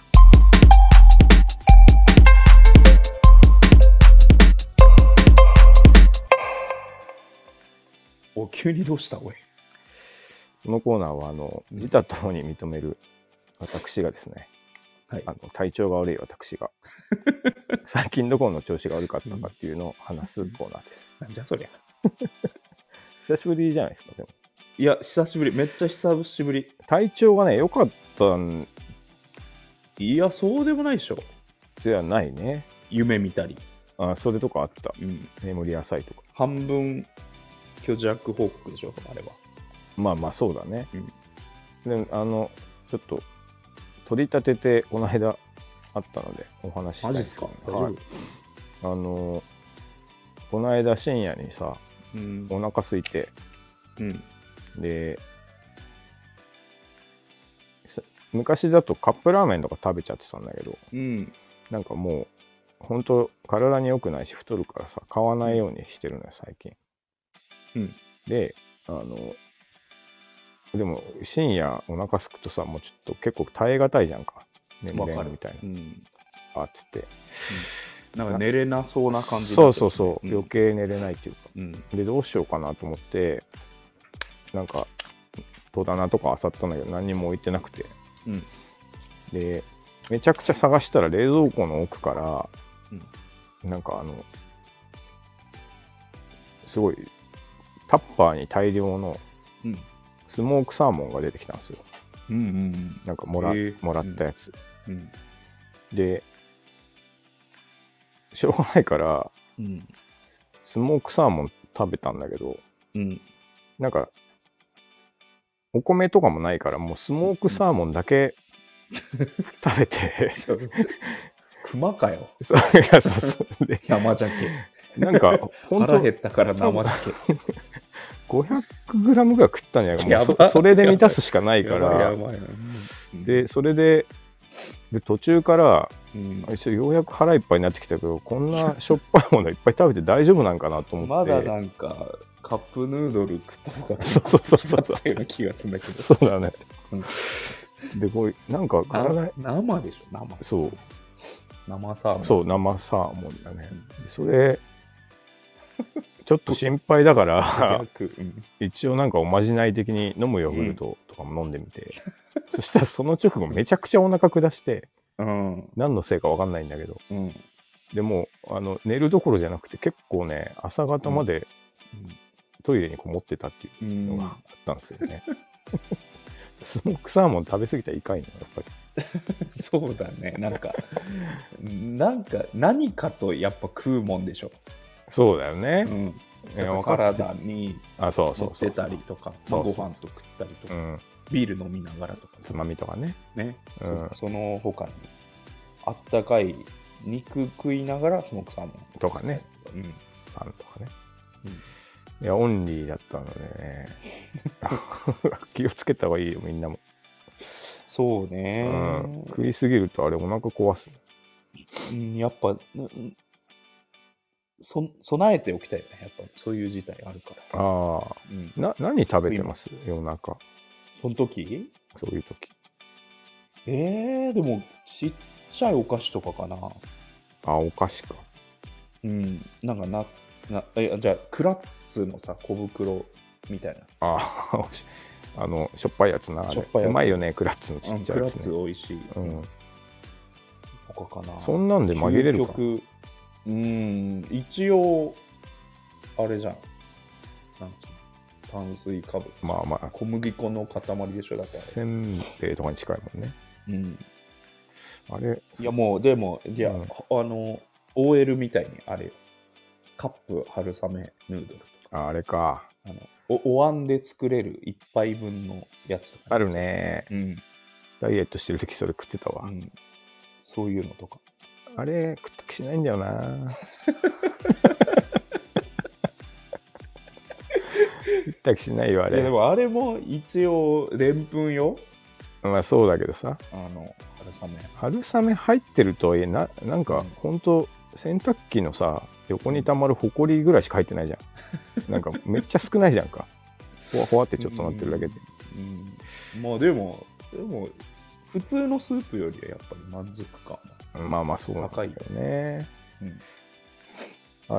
Speaker 2: お急にどうしたおい。
Speaker 1: このコーナーは、あの、自他ともに認める私がですね、
Speaker 2: はい
Speaker 1: あ。の体調が悪い私が最近どこの調子が悪かったかっていうのを話すコーナーです。
Speaker 2: なんじゃそりゃ。
Speaker 1: 久しぶりじゃないですか、でも。
Speaker 2: いや、久しぶり。めっちゃ久しぶり。
Speaker 1: 体調がね、良かったん
Speaker 2: いや、そうでもないでしょ。
Speaker 1: ではないね。
Speaker 2: 夢見たり。
Speaker 1: あそれとかあった。
Speaker 2: うん。
Speaker 1: 眠り浅いとか。
Speaker 2: 半分、虚弱報告でしょ、あれは。
Speaker 1: まあまあそうだね。
Speaker 2: うん
Speaker 1: であの、ちょっと取り立てて、この間あったので、お話ししたいんですけどね
Speaker 2: 大丈夫
Speaker 1: はい。あの、この間深夜にさ、
Speaker 2: うん。
Speaker 1: お腹空いて、
Speaker 2: うん。
Speaker 1: でさ昔だとカップラーメンとか食べちゃってたんだけど
Speaker 2: うん。
Speaker 1: なんかもう本当体に良くないし太るからさ買わないようにしてるのよ最近
Speaker 2: うん。
Speaker 1: であのでも深夜お腹すくとさもうちょっと結構耐え難いじゃんか眠
Speaker 2: わ
Speaker 1: れ
Speaker 2: か
Speaker 1: ん
Speaker 2: る
Speaker 1: みたいな
Speaker 2: うん。
Speaker 1: あっつって
Speaker 2: なんか寝れなそうな感じに
Speaker 1: そ
Speaker 2: な
Speaker 1: う
Speaker 2: ってる
Speaker 1: そうそう、余計寝れないっていうか
Speaker 2: うん。うん。
Speaker 1: でどうしようかなと思ってなんか戸棚とか漁ったんだけど何にも置いてなくて
Speaker 2: うん。
Speaker 1: でめちゃくちゃ探したら冷蔵庫の奥か
Speaker 2: うん
Speaker 1: らなんかあのすごいタッパーに大量の
Speaker 2: うん。
Speaker 1: スモークサーモンが出てきたんですよ
Speaker 2: うんうん
Speaker 1: なんかもら,、
Speaker 2: へー
Speaker 1: もらったやつ、
Speaker 2: うん。
Speaker 1: でしょうがないから
Speaker 2: うん。
Speaker 1: スモークサーモン食べたんだけど
Speaker 2: うん。
Speaker 1: なんかお米とかもないからもうスモークサーモンだ け食べて
Speaker 2: ちょ熊かよ。
Speaker 1: そういやそうそうで
Speaker 2: 生鮭。
Speaker 1: なんか本
Speaker 2: 腹
Speaker 1: 当
Speaker 2: 減ったから生鮭。
Speaker 1: 500g ぐらい食ったんじゃないかな
Speaker 2: やば
Speaker 1: そそれで満たすしかないか
Speaker 2: やば
Speaker 1: ら
Speaker 2: いやばいうん
Speaker 1: でそれでで途中から
Speaker 2: うん
Speaker 1: あ一応ようやく腹いっぱいになってきたけどこんなしょっぱいものいっぱい食べて大丈夫なんかなと思
Speaker 2: ま
Speaker 1: って
Speaker 2: だなんか、カップヌードル食った方が
Speaker 1: そうそうそうそ
Speaker 2: だ
Speaker 1: う
Speaker 2: ったような気がするんだけど。
Speaker 1: そうだねでこうなんか体
Speaker 2: な生でしょ、生。
Speaker 1: そう
Speaker 2: 生サーモン。
Speaker 1: そう生サーモンだね
Speaker 2: うん。
Speaker 1: でそれちょっと心配だ から
Speaker 2: 逆。うん
Speaker 1: 一応なんかおまじない的に飲むヨーグルトとかも飲んでみて、そしたらその直後めちゃくちゃお腹下して
Speaker 2: うん。
Speaker 1: 何のせいかわかんないんだけど
Speaker 2: うん。
Speaker 1: でもあの寝るどころじゃなくて結構ね朝方までトイレにこもってたっていううの
Speaker 2: ん
Speaker 1: があったんですよね、スモークサーモン食べ過ぎたらいかんよやっぱり
Speaker 2: そうだね。なんか、なんか、何かとやっぱ食うもんでしょ。
Speaker 1: そうだよね
Speaker 2: う。ん、
Speaker 1: いやわ
Speaker 2: サ
Speaker 1: か
Speaker 2: ラ
Speaker 1: る
Speaker 2: ダに
Speaker 1: あ、そう
Speaker 2: 乗
Speaker 1: そう
Speaker 2: っ
Speaker 1: そう
Speaker 2: てたりとか、ま
Speaker 1: そ
Speaker 2: あ
Speaker 1: うそ
Speaker 2: ご
Speaker 1: う
Speaker 2: 飯と食ったりと
Speaker 1: う
Speaker 2: か、
Speaker 1: ん。
Speaker 2: ビール飲みながらとか
Speaker 1: つまみとかね。
Speaker 2: ね、
Speaker 1: うん。
Speaker 2: その他にあったかい肉食いながらスモークサーモン
Speaker 1: とかね。
Speaker 2: うん、
Speaker 1: パンとかね
Speaker 2: うん。
Speaker 1: いや、オンリーだったのでね。 気をつけた方がいいよ、みんなも。
Speaker 2: そう
Speaker 1: う
Speaker 2: ね、
Speaker 1: ん。食いすぎるとあれ、お腹壊す。
Speaker 2: うん、やっぱ、うんそ備えておきたいよね。やっぱそういう事態あるから。
Speaker 1: ああ。
Speaker 2: うん、
Speaker 1: な、何食べてます夜中。
Speaker 2: その時
Speaker 1: そういう時。
Speaker 2: えー、でもちっちゃいお菓子とかかな。
Speaker 1: あ、お菓子か。
Speaker 2: うん、なんかな、なえじゃあクラッツのさ、小袋みたいな。
Speaker 1: ああ、おしあの、しょっぱいやつな。あ
Speaker 2: しょ
Speaker 1: れ
Speaker 2: っぱいやつ
Speaker 1: うまいよね、クラッツのち
Speaker 2: う
Speaker 1: っ
Speaker 2: ん
Speaker 1: ち
Speaker 2: ク
Speaker 1: ゃい
Speaker 2: ラ
Speaker 1: やつ
Speaker 2: ッツ
Speaker 1: ね。
Speaker 2: 美味しい。
Speaker 1: うん。
Speaker 2: とかかな。
Speaker 1: そんなんで紛れる
Speaker 2: 究
Speaker 1: か。
Speaker 2: 極うん一応あれじゃんなんつうの炭水化物、
Speaker 1: まあまあ、
Speaker 2: 小麦粉の塊でしょだから、
Speaker 1: せんべいとかに近いもんね。
Speaker 2: うん、
Speaker 1: あれ、
Speaker 2: いやもうでもいや、
Speaker 1: うん
Speaker 2: あの OL みたいにあれよカップ春雨ヌードルとか
Speaker 1: ああれか。
Speaker 2: あのおお椀で作れる1杯分のやつとか、
Speaker 1: あるね。
Speaker 2: うん
Speaker 1: ダイエットしてる時それ食ってたわ。
Speaker 2: うんそういうのとか
Speaker 1: あれ、食った気しないんだよ な。食った気しないよ、あ
Speaker 2: いやで
Speaker 1: れ。
Speaker 2: もあれも一応でんぷんよ
Speaker 1: まあそうだけどさ。
Speaker 2: あの春雨
Speaker 1: 春雨入ってるとはいえななんか本当洗濯機のさ横にたまるほこりぐらいしか入ってないじゃ んなんかめっちゃ少ないじゃんかほわほわってちょっとなってるだけで
Speaker 2: うん、まあでもでも普通のスープよりはやっぱり満足感
Speaker 1: まあまあそうなんだよね
Speaker 2: 高い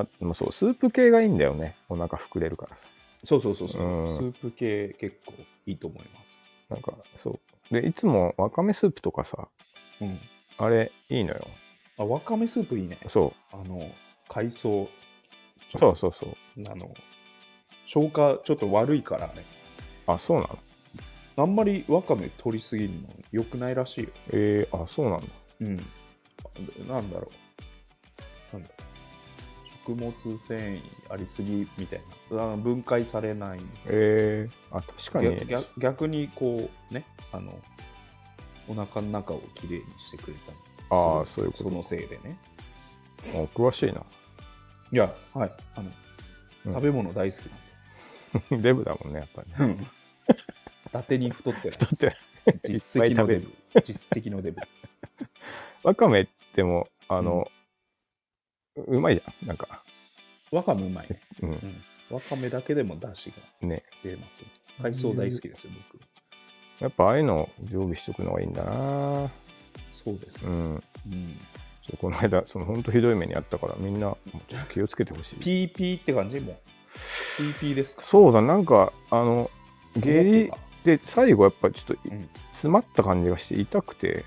Speaker 2: よ
Speaker 1: あでもそうスープ系がいいんだよねお腹膨れるからさ
Speaker 2: そうそうそうそう、
Speaker 1: うん
Speaker 2: スープ系結構いいと思います
Speaker 1: なんかそうでいつもわかめスープとかさ
Speaker 2: うん
Speaker 1: あれいいのよ
Speaker 2: あわかめスープいいね
Speaker 1: そ
Speaker 2: あの海藻
Speaker 1: うそうそうそう
Speaker 2: あの消化ちょっと悪いからね
Speaker 1: あそうなの
Speaker 2: あんまりわかめ取りすぎるの良くないらしいよ
Speaker 1: えー、あそうなんだ
Speaker 2: うんなんだろうなんだろう食物繊維ありすぎみたいなあ分解されない
Speaker 1: えー、あ確かに
Speaker 2: 逆逆逆にこうねあのお腹の中をきれいにしてくれたり
Speaker 1: ああそういう
Speaker 2: その
Speaker 1: こ
Speaker 2: せいでね
Speaker 1: とあ詳しいない
Speaker 2: やはいあの、
Speaker 1: うん
Speaker 2: 食べ物大好きなんで
Speaker 1: デブだもんねやっぱりね
Speaker 2: 伊達に太ってない
Speaker 1: だって
Speaker 2: です実績のデブ実績のデブです
Speaker 1: わかめってもあの、うまいじゃんなんか、
Speaker 2: わかめうまいね、
Speaker 1: うん
Speaker 2: うん、わかめだけでもだしが
Speaker 1: ね
Speaker 2: 出ます、ね、海藻大好きですよ僕
Speaker 1: やっぱああいうのを常備しとくのがいいんだな
Speaker 2: そうです
Speaker 1: う
Speaker 2: ね、
Speaker 1: ん
Speaker 2: うん、
Speaker 1: ちょこの間そのほんとひどい目にあったからみんなもうちょっと気をつけてほしい
Speaker 2: PP って感じもう PP ですか
Speaker 1: そうだなんかあの下痢で最後やっぱちょっと、
Speaker 2: うん
Speaker 1: 詰まった感じがして痛くて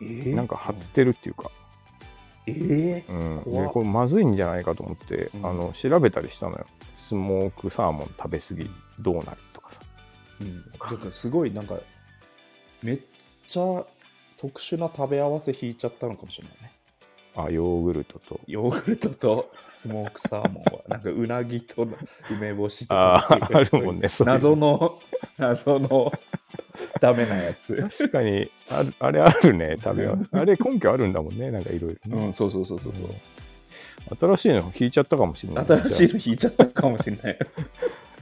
Speaker 2: えー
Speaker 1: なんか張ってるっていうか、
Speaker 2: えー
Speaker 1: うん
Speaker 2: 怖
Speaker 1: で
Speaker 2: っ
Speaker 1: これまずいんじゃないかと思って、
Speaker 2: うん
Speaker 1: あの調べたりしたのよスモークサーモン食べ過ぎどうなるとかさ
Speaker 2: うん、だからすごいなんかめっちゃ特殊な食べ合わせ引いちゃったのかもしれないね
Speaker 1: あヨーグルトと
Speaker 2: ヨーグルトとスモークサーモンはなんかうなぎと梅干しと
Speaker 1: あ
Speaker 2: か
Speaker 1: ああるもんねそういうの
Speaker 2: 謎の謎のダメなやつ
Speaker 1: 確かにある あれあるね食べはあれ根拠あるんだもんねなんかいろいろ
Speaker 2: う
Speaker 1: ね
Speaker 2: んそうそうそうそうそう
Speaker 1: 新しいの引いちゃったかもしれない
Speaker 2: 新しいの引いちゃったかもしれない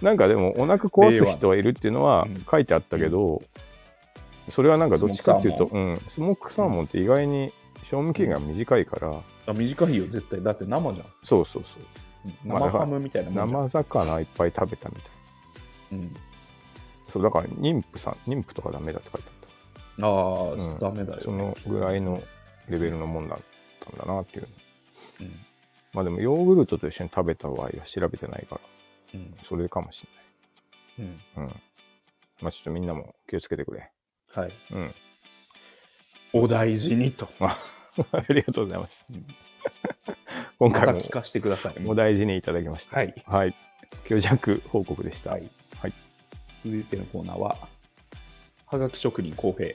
Speaker 1: なんかでもお腹壊す
Speaker 2: 令和
Speaker 1: 人はいるっていうのは
Speaker 2: うん
Speaker 1: 書いてあったけど、それはなんかどっちかっていうとスモークサーモン,、って意外に賞味期限が短いから、
Speaker 2: あ短いよ絶対だって生じゃん
Speaker 1: そうそうそうまあ
Speaker 2: 生ハムみたいなもんじゃ
Speaker 1: 生
Speaker 2: ん
Speaker 1: 魚いっぱい食べたみたい
Speaker 2: うん、
Speaker 1: そうだから妊婦さん妊婦とかダメだって書いてあっ
Speaker 2: ああ、
Speaker 1: うん
Speaker 2: ダメだ
Speaker 1: た
Speaker 2: よ、ね、
Speaker 1: そのぐらいのレベルのもんだったんだなっていう
Speaker 2: うん、
Speaker 1: まあでもヨーグルトと一緒に食べた場合は調べてないから
Speaker 2: うん
Speaker 1: それかもしれない
Speaker 2: うん、
Speaker 1: うん。まあちょっとみんなも気をつけてくれ。
Speaker 2: はい
Speaker 1: うん。
Speaker 2: お大事にと
Speaker 1: ありがとうございます
Speaker 2: うん。
Speaker 1: 今
Speaker 2: また
Speaker 1: 回も
Speaker 2: 聞かせてください。
Speaker 1: お大事にいただきました。
Speaker 2: はい。
Speaker 1: はい。虚弱報告でした。
Speaker 2: はい
Speaker 1: はい
Speaker 2: 続いてのコーナーは、はがき職人公平。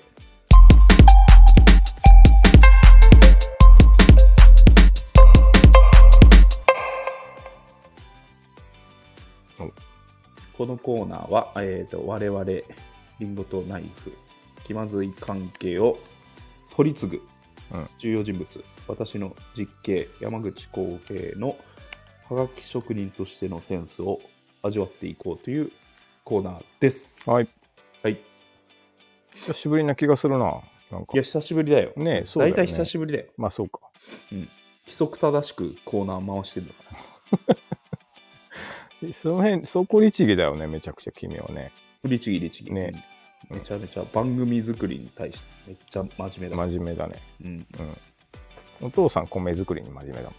Speaker 2: このコーナーは、えー、と我々リンゴとナイフ気まずい関係を取り継ぐ
Speaker 1: うん
Speaker 2: 重要人物、私の実刑山口光平のはがき職人としてのセンスを味わっていこうというコーナーです。
Speaker 1: はい。
Speaker 2: はい、い
Speaker 1: 久しぶりな気がするな。なんか
Speaker 2: や。久しぶりだよ。
Speaker 1: ねえ、そうだ
Speaker 2: 大
Speaker 1: よ、ね。
Speaker 2: 体久しぶりだよ。
Speaker 1: まあそうか。
Speaker 2: 規則正しくコーナー回してるのかな。
Speaker 1: でその辺、そこ律儀だよね、めちゃくちゃ君はね。
Speaker 2: 律儀律儀。
Speaker 1: ね
Speaker 2: めちゃめちゃ番組作りに対してめっちゃ真面目だ。
Speaker 1: 真面目だね。
Speaker 2: うん、
Speaker 1: お父さん、米作りに真面目だもん。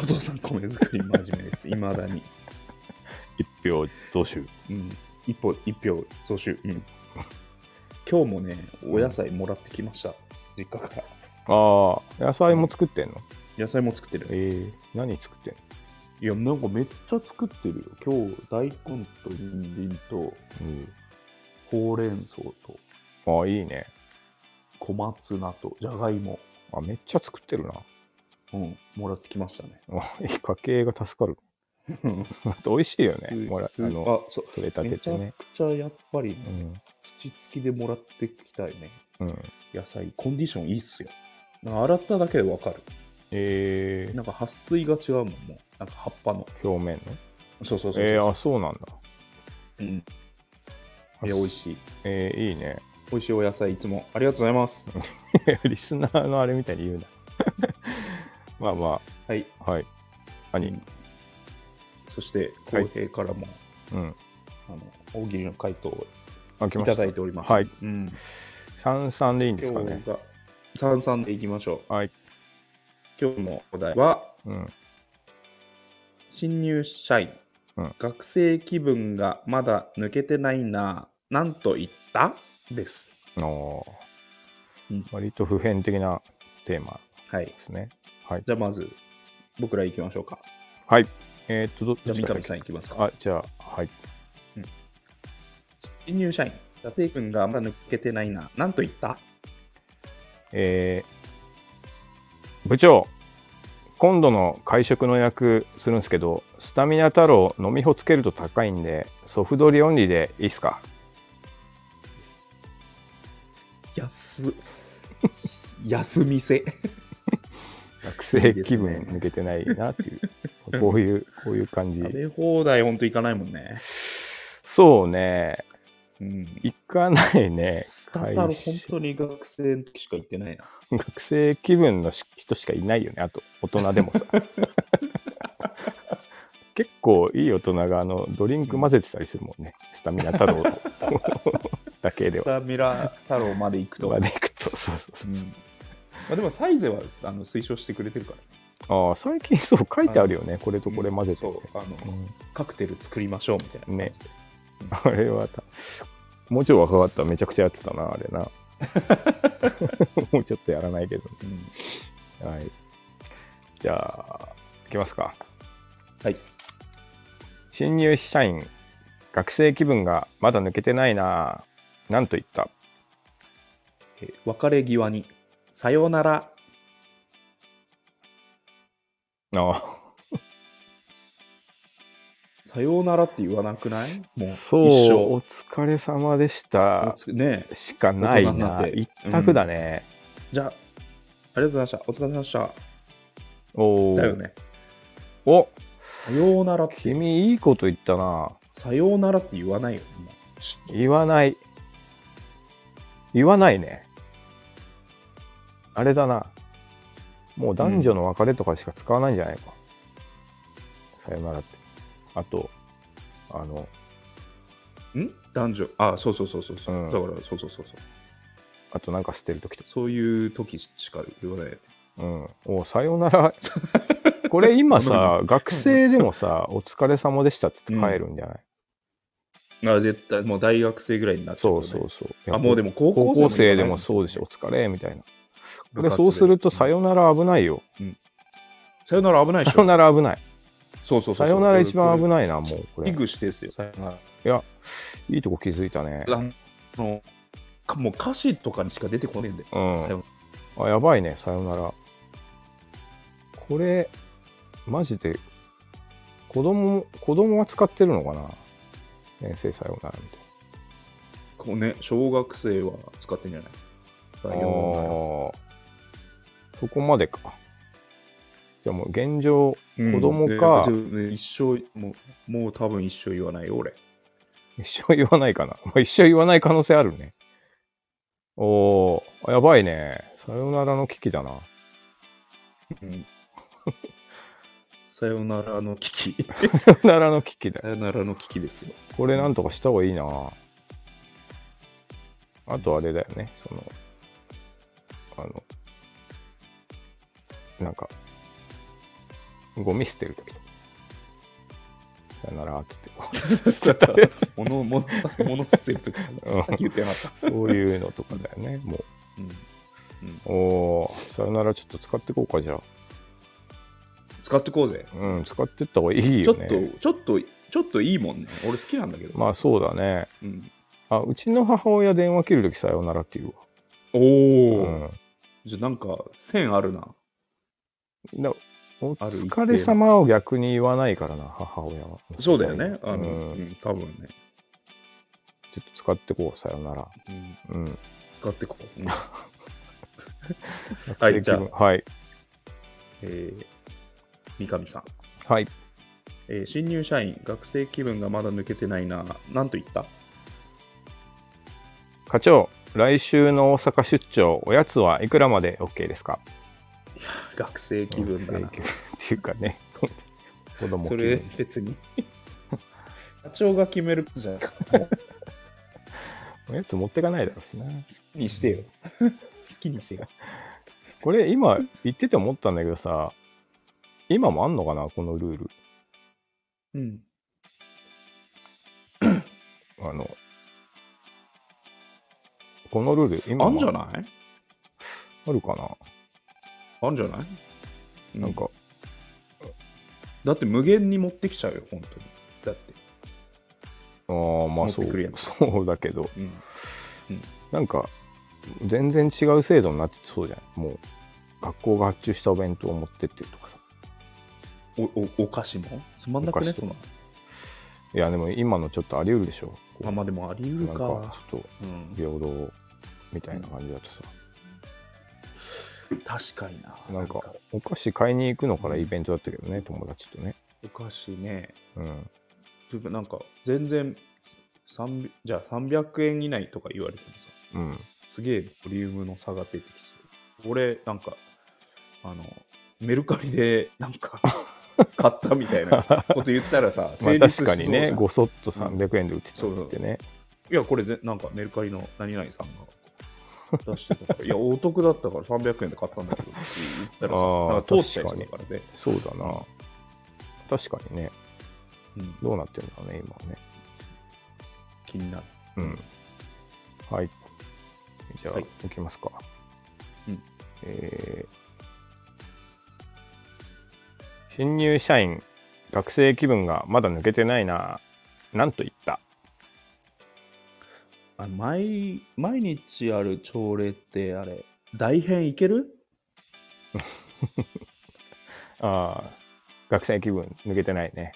Speaker 2: お父さん米作り真面目 です。いまだに。
Speaker 1: 一票増収。
Speaker 2: うん、一歩一票増収、うん、今日もねお野菜もらってきました、実家から
Speaker 1: ああ、野菜も作ってんの
Speaker 2: 野菜も作ってる
Speaker 1: ええ何作ってん
Speaker 2: いやなんかめっちゃ作ってるよ今日大根と人参と
Speaker 1: の、
Speaker 2: ほうれん草と
Speaker 1: うん、ああ、いいね。
Speaker 2: 小松菜とじゃがいも、
Speaker 1: あ、めっちゃ作ってるな。
Speaker 2: うん、もらってきましたね
Speaker 1: あいい家計が助かる。 美味しいよね。ほら、あ
Speaker 2: す
Speaker 1: の、
Speaker 2: あそう
Speaker 1: 取れたて
Speaker 2: めち
Speaker 1: て
Speaker 2: ゃ
Speaker 1: ね。
Speaker 2: くちゃやっぱり
Speaker 1: うん。
Speaker 2: 土付きでもらってきたいね
Speaker 1: うん、
Speaker 2: 野菜コンディションいいっすよなんか洗っただけでわかる
Speaker 1: ええ
Speaker 2: なんか撥水が違うもんもうなんか葉っぱの
Speaker 1: 表面の
Speaker 2: そうそうそうそう
Speaker 1: ええあ、そうなんだ。
Speaker 2: うん
Speaker 1: あ
Speaker 2: いや、美味しい。
Speaker 1: ええいいね。
Speaker 2: 美味しいお野菜、いつもありがとうございます。
Speaker 1: リスナーのあれみたいに言うな。 まあま
Speaker 2: はい。
Speaker 1: あ、はい。兄、
Speaker 2: そして、
Speaker 1: はい
Speaker 2: 浩平からも、
Speaker 1: うん。
Speaker 2: あの大喜利の回答を
Speaker 1: あ、来
Speaker 2: い
Speaker 1: ま
Speaker 2: た
Speaker 1: し
Speaker 2: だ
Speaker 1: た。
Speaker 2: いております。
Speaker 1: はい。
Speaker 2: うん。
Speaker 1: 三三でいいんですか
Speaker 2: 今
Speaker 1: ね
Speaker 2: 日。が、三々でいきましょう。
Speaker 1: はい。
Speaker 2: 今日のお題は、
Speaker 1: うん。
Speaker 2: 新入社員、
Speaker 1: うん
Speaker 2: 学生気分がまだ抜けてないな、なんと言ったです。
Speaker 1: おー
Speaker 2: うん
Speaker 1: 割と普遍的なテーマ
Speaker 2: はい
Speaker 1: で。すね。はい。
Speaker 2: じゃあ、まず、僕ら行きましょうか。
Speaker 1: はい。えー、っと、ど
Speaker 2: じ
Speaker 1: ど
Speaker 2: ゃあ、
Speaker 1: っち
Speaker 2: 三
Speaker 1: から
Speaker 2: 上さん行きますか。
Speaker 1: あ、じゃあ、はい。
Speaker 2: 新入社員、伊達君がまだ抜けてないな、なんと言った
Speaker 1: えー部長、今度の会食の予約するんですけど、スタミナ太郎飲みほつけると高いんで、ソフトリオンリーでいいっすか
Speaker 2: 安安店
Speaker 1: 学生気分抜けてないなっていう、こういう、こういう感じ
Speaker 2: 食。べ放題ほんと行かないもんね、
Speaker 1: そうね、
Speaker 2: うん、
Speaker 1: 行かないね。
Speaker 2: スタタロ
Speaker 1: 会
Speaker 2: 本
Speaker 1: 食
Speaker 2: 当に学生の時しか行ってないな
Speaker 1: 学生気分の人しかいないよねあと大人でも さ結構いい大人があのドリンク混ぜてたりするもんね、スタミナ太 郎のだけで
Speaker 2: ス
Speaker 1: は
Speaker 2: タミラ太郎まで行 くと
Speaker 1: までいくとそうそうそう
Speaker 2: うんまあ、でもサイゼはあの推奨してくれてるから
Speaker 1: ああ最近そう書いてあるよねこれとこれ混ぜて、
Speaker 2: そうあの、カクテル作りましょうみたいな
Speaker 1: うんねあれはたもうちょい若かったらめちゃくちゃやってたなあ れなもうちょっとやらないけど、
Speaker 2: うん
Speaker 1: はい、じゃあいきますか
Speaker 2: はい
Speaker 1: 新入社員学生気分がまだ抜けてないなぁなんと言った
Speaker 2: えー別れ際に「さようなら
Speaker 1: あ」
Speaker 2: さようならって言わなくないもう
Speaker 1: そう
Speaker 2: 一
Speaker 1: お疲れ様でした
Speaker 2: 生ねえ
Speaker 1: しかないな
Speaker 2: 大人になって
Speaker 1: 一択だね、
Speaker 2: じゃあありがとうございましたお疲れ様でした
Speaker 1: おー
Speaker 2: だよね
Speaker 1: お
Speaker 2: さようならって
Speaker 1: 君いいこと言ったな
Speaker 2: さようならって言わないよ。もうし
Speaker 1: 言わない言わないねあれだなもう男女の別れとかしか使わないんじゃないか、さよならってあとあの
Speaker 2: ん男女。あ、そうそうそうそうそう。
Speaker 1: うん
Speaker 2: だから、そうそうそうそう。
Speaker 1: あとなんか捨てる時とか
Speaker 2: そういう時しか言わないよね。
Speaker 1: うん、おさよなら これ今 さ学生でもさ「お疲れ様でした」っつって帰るんじゃない、
Speaker 2: あ絶対、もう大学生ぐらいになっち
Speaker 1: そ
Speaker 2: ゃうよ
Speaker 1: う
Speaker 2: ね、
Speaker 1: そうそう
Speaker 2: あ、もうで
Speaker 1: も
Speaker 2: も高
Speaker 1: 高
Speaker 2: 校生
Speaker 1: 校生でもそうでしょ「お
Speaker 2: ょ。
Speaker 1: 疲れ」みたいなこ
Speaker 2: 部
Speaker 1: れ
Speaker 2: 活で
Speaker 1: そうすると「さよなら」危ないよ
Speaker 2: さよなら危
Speaker 1: 「
Speaker 2: ないで
Speaker 1: さ
Speaker 2: し
Speaker 1: よ
Speaker 2: ょ。
Speaker 1: なら」危ない
Speaker 2: そう
Speaker 1: 「
Speaker 2: そうそ
Speaker 1: さ
Speaker 2: う。
Speaker 1: よなら」一番危
Speaker 2: い。
Speaker 1: ないなもうこ
Speaker 2: 危
Speaker 1: れ
Speaker 2: 惧してですよ。さよなら。
Speaker 1: いいとこ気づいたね
Speaker 2: あのかもう歌詞とかにしか出てこねえんだよ。
Speaker 1: うん
Speaker 2: さよ
Speaker 1: あやばいね「さよなら」これマジで子供、子供は使ってるのかな年生さようならみたいな。
Speaker 2: こうね、小学生は使ってんじゃないさ
Speaker 1: あ
Speaker 2: よ
Speaker 1: ーそこまでか。じゃあもう現状、
Speaker 2: うなら
Speaker 1: 子供か
Speaker 2: うんで一生もう、もう多分一生言わないよ、俺。
Speaker 1: 一生言わないかな。まあ、一生言わない可能性あるね。おー、やばいね。さよならの危機だな。
Speaker 2: うん、さよならの危機。
Speaker 1: さよならの危機だよ。
Speaker 2: さよならの危機です よ。
Speaker 1: これなんとかした方がいいな。あとあれだよね。その、あの、なんか、ゴミ捨てるとき。さよならっつって。
Speaker 2: 物を物さ物捨てるときさ
Speaker 1: うん
Speaker 2: さっき言ってなかった。
Speaker 1: そういうのとかだよね。も
Speaker 2: うん、
Speaker 1: う、おー、さよならちょっと使ってこうか、じゃあ。
Speaker 2: 使ってこうぜ。
Speaker 1: うん、使ってった方がいい
Speaker 2: ちょ
Speaker 1: よ
Speaker 2: っ
Speaker 1: ね。
Speaker 2: と、ちょっと、ちょっといいもんね。俺好きなんだけど。
Speaker 1: まあそうだね。
Speaker 2: うん、
Speaker 1: あ、うちの母親電話切るときさよならって言うわ。
Speaker 2: おお、じゃあなんか、線あるな。
Speaker 1: うん、だお
Speaker 2: ある一定
Speaker 1: 疲れ様を逆に言わないからな、母親は。
Speaker 2: そうだよね。あ
Speaker 1: うん
Speaker 2: の、う、ん、多分ね。
Speaker 1: ちょっと使ってこう、さよなら。
Speaker 2: うん
Speaker 1: うん。
Speaker 2: 使ってこ う。はいじゃあ
Speaker 1: はい。
Speaker 2: えー三上さん、
Speaker 1: はい。
Speaker 2: えー新入社員、学生気分がまだ抜けてないな。なんと言った
Speaker 1: 課長、来週の大阪出張、おやつはいくらまで OK ですか
Speaker 2: 学生気分だな
Speaker 1: 請。求 っていうかね、子供
Speaker 2: そ
Speaker 1: 気
Speaker 2: れ
Speaker 1: 分。
Speaker 2: 別に。 課長が決めることじゃないか。好
Speaker 1: おやつ持ってかないだろうしな。
Speaker 2: きにしてよ。好きにしてよ。
Speaker 1: これ今言ってて思ったんだけどさ、今もあんのかな、このルール。
Speaker 2: うん。
Speaker 1: あの、このルール、今
Speaker 2: あ
Speaker 1: も
Speaker 2: んじゃない
Speaker 1: あるかな、
Speaker 2: あんじゃない
Speaker 1: なんか、
Speaker 2: だって無限に持ってきちゃうよ、本当に。だって。
Speaker 1: ああ、まあそ
Speaker 2: 持ってくるや
Speaker 1: う、
Speaker 2: つ
Speaker 1: そうだけど、
Speaker 2: うん。
Speaker 1: なんか、全然違う制度になってそうじゃないもう、学校が発注したお弁当を持ってってるとかさ。
Speaker 2: お、お、お菓子もつまんなく
Speaker 1: お
Speaker 2: ね
Speaker 1: 菓子と
Speaker 2: そんない
Speaker 1: や、でも今のちょっとあり得るでしょ。こう
Speaker 2: あ、まあでもあり得
Speaker 1: な
Speaker 2: る
Speaker 1: んか、
Speaker 2: か。
Speaker 1: ちょっと、
Speaker 2: うん。
Speaker 1: 平等みたいな感じだとさ、
Speaker 2: 確かにな。
Speaker 1: なんか、お菓子買いに行くのからイベントだったけどね、友達とね。
Speaker 2: お菓子ね。
Speaker 1: うん。
Speaker 2: というか、なんか、全然、300じゃあ300円以内とか言われてもさ、
Speaker 1: うん。
Speaker 2: すげえボリュームの差が出てきて、俺、なんか、あの、メルカリで、なん か、買ったみたいなこと言ったらさ、
Speaker 1: まあ
Speaker 2: 成立しそ
Speaker 1: 確か
Speaker 2: うじゃん
Speaker 1: にね、ごそっと300円で売ってたっつってね。
Speaker 2: いや、これで、なんかメルカリの何々さんが出してたから、いや、お得だったから300円で買ったんだけどって言ったらさ、
Speaker 1: あー
Speaker 2: なんか通したりするからね。
Speaker 1: そうだな。確かにね、
Speaker 2: うん
Speaker 1: どうなってるんだろうね、今はね。
Speaker 2: 気になる。
Speaker 1: うん。はい。じゃあ、
Speaker 2: はい
Speaker 1: い、きますか。
Speaker 2: うん
Speaker 1: えー新入社員、学生気分がまだ抜けてないな。なんと言った
Speaker 2: あの毎毎日ある朝礼ってあれ大変いける
Speaker 1: ああ、学生気分抜けてない ね。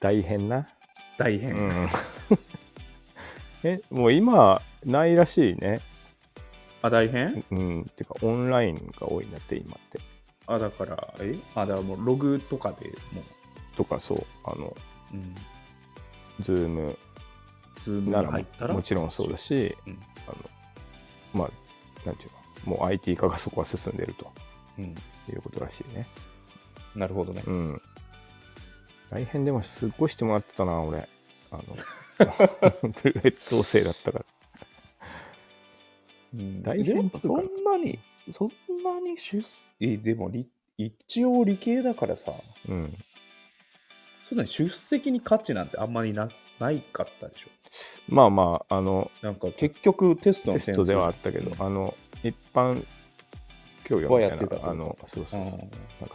Speaker 1: 大変な。
Speaker 2: 大変、
Speaker 1: うん。 え、もう今、ないらしいね。
Speaker 2: あ大変
Speaker 1: うん。てか、オンラインが多いんだって、今って。
Speaker 2: あだからえあだからもうログとかでも
Speaker 1: とか、そう、あの、
Speaker 2: う、うん、
Speaker 1: ズーム
Speaker 2: ズーム
Speaker 1: な
Speaker 2: に
Speaker 1: ら
Speaker 2: 入ったら
Speaker 1: もちろんそうだし、
Speaker 2: うん
Speaker 1: あのまあなんていうのもう IT 化がそこは進んでると
Speaker 2: うん、
Speaker 1: いうことらしいね
Speaker 2: なるほどね
Speaker 1: うん大変でもすっごいしてもらってたな俺あの 劣等生だったから大変
Speaker 2: でもそんなにそんなに出世えでも理一応理系だからさ
Speaker 1: うん
Speaker 2: そんなに出席に価値なんてあんまりなないかったでしょ
Speaker 1: まあまああの
Speaker 2: なんか結局テストの
Speaker 1: テストではあったけど、あの一般教養みたい
Speaker 2: はやっ
Speaker 1: な
Speaker 2: てたと
Speaker 1: あのそうそうそう、
Speaker 2: うん
Speaker 1: なんか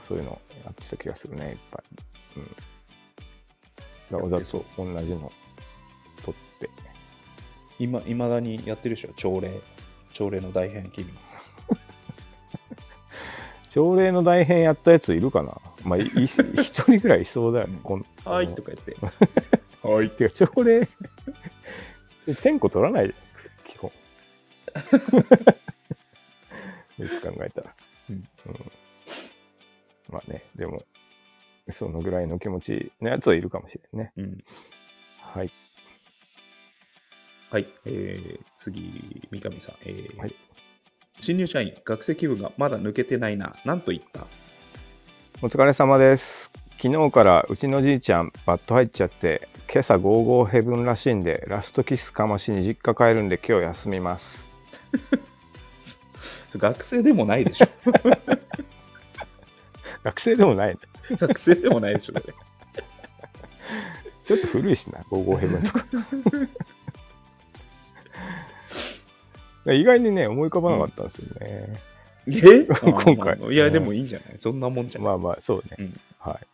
Speaker 1: そういうのやってた気がするねいっぱいうんだから
Speaker 2: や
Speaker 1: わ
Speaker 2: って
Speaker 1: ざ
Speaker 2: そう
Speaker 1: と同じの取って
Speaker 2: 今いまだにやってるでしょ朝礼朝礼の大変気分
Speaker 1: 朝礼の大変やったやついるかなまあ、い一人ぐらいいそうだよね。こん
Speaker 2: はい
Speaker 1: あの
Speaker 2: とか言って。はいっ
Speaker 1: て
Speaker 2: て。
Speaker 1: か、朝礼、点呼取らないじゃん、基本。 よく考えたら。
Speaker 2: うん
Speaker 1: まあね、でも、そのぐらいの気持ちのやつはいるかもしれんね。
Speaker 2: うん。
Speaker 1: はい。
Speaker 2: はい。えー、次、三上さん。えー
Speaker 1: はい
Speaker 2: 新入社員、学生気分がまだ抜けてないな。なんと言った
Speaker 1: お疲れ様です。昨日からうちのじいちゃん、バット入っちゃって、今朝55ヘブンらしいんで、ラストキスかましに実家帰るんで、今日休みます。
Speaker 2: 学生でもな いでしょ。
Speaker 1: 学生でもないね。
Speaker 2: 学生でもないでしょ。だって
Speaker 1: ちょっと古いしな、55ヘブンとか。 意外にね、思い浮かばなかったんですよね。
Speaker 2: え
Speaker 1: 今回
Speaker 2: いや、でもいいんじゃないそんなもんじゃない。
Speaker 1: まあまあ、そうね。
Speaker 2: うん
Speaker 1: はい。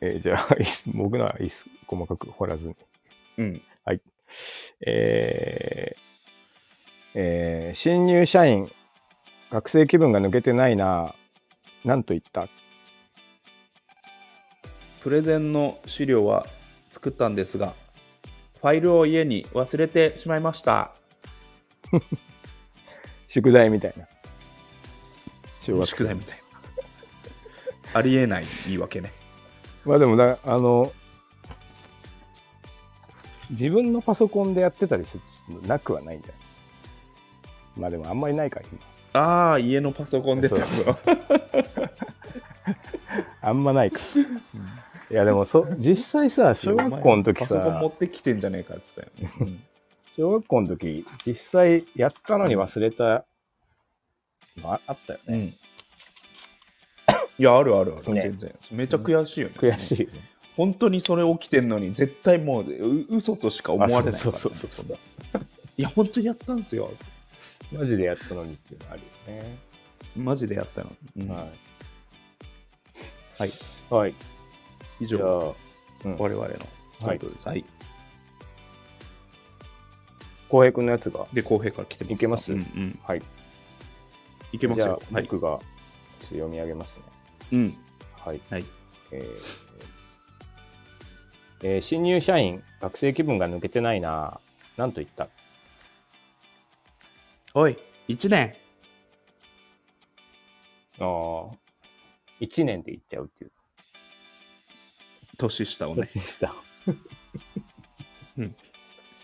Speaker 1: えーじゃあ、いいっす僕のはいいっす。細かく掘らずに。
Speaker 2: うん。
Speaker 1: えーえー新入社員学生気分が抜けてないななんと言った
Speaker 2: プレゼンの資料は作ったんですが、ファイルを家に忘れてしまいました。
Speaker 1: 宿題みたいな小学生
Speaker 2: 宿題みたいな。ありえない言い訳ね。
Speaker 1: まあでもだあの自分のパソコンでやってたりするなくはないんだよまあでもあんまりないから今
Speaker 2: ああ、家のパソコンでってこと
Speaker 1: そうあんまないかいやでもそ実際さ小学校の時
Speaker 2: パソコン持
Speaker 1: さ
Speaker 2: ってきてんじゃねえかって言ってたよね。
Speaker 1: 小学校の時実際やったのに忘れたのああったよね
Speaker 2: うん。うんいや、あるあるある。
Speaker 1: ね
Speaker 2: 全然。めっちゃ悔しいよね。
Speaker 1: 悔しいよね
Speaker 2: 本当にそれ起きてんのに、絶対もうう嘘としか思われないからね、
Speaker 1: そうそうそうそう
Speaker 2: いや、本当にやったんですよ。
Speaker 1: マジでやったのにっていうのあるよね。
Speaker 2: マジでやったの。うん
Speaker 1: は
Speaker 2: はい。
Speaker 1: い。はい。
Speaker 2: 以
Speaker 1: じゃ
Speaker 2: 上、
Speaker 1: あ、
Speaker 2: 我々の担当です。はい。
Speaker 1: 浩平君のやつが。
Speaker 2: で、公平から来てます。
Speaker 1: いけます
Speaker 2: うんうん。
Speaker 1: はい。い
Speaker 2: いけます
Speaker 1: じゃあ
Speaker 2: よ。、はい。
Speaker 1: 僕がちょっと読み上げますね。
Speaker 2: うん。
Speaker 1: はい。
Speaker 2: はい。
Speaker 1: えーえー新入社員、学生気分が抜けてないな。なんと言った
Speaker 2: おい、1年。
Speaker 1: ああ。1年で言っちゃうっていう。
Speaker 2: 年下をね。
Speaker 1: 年下
Speaker 2: うん。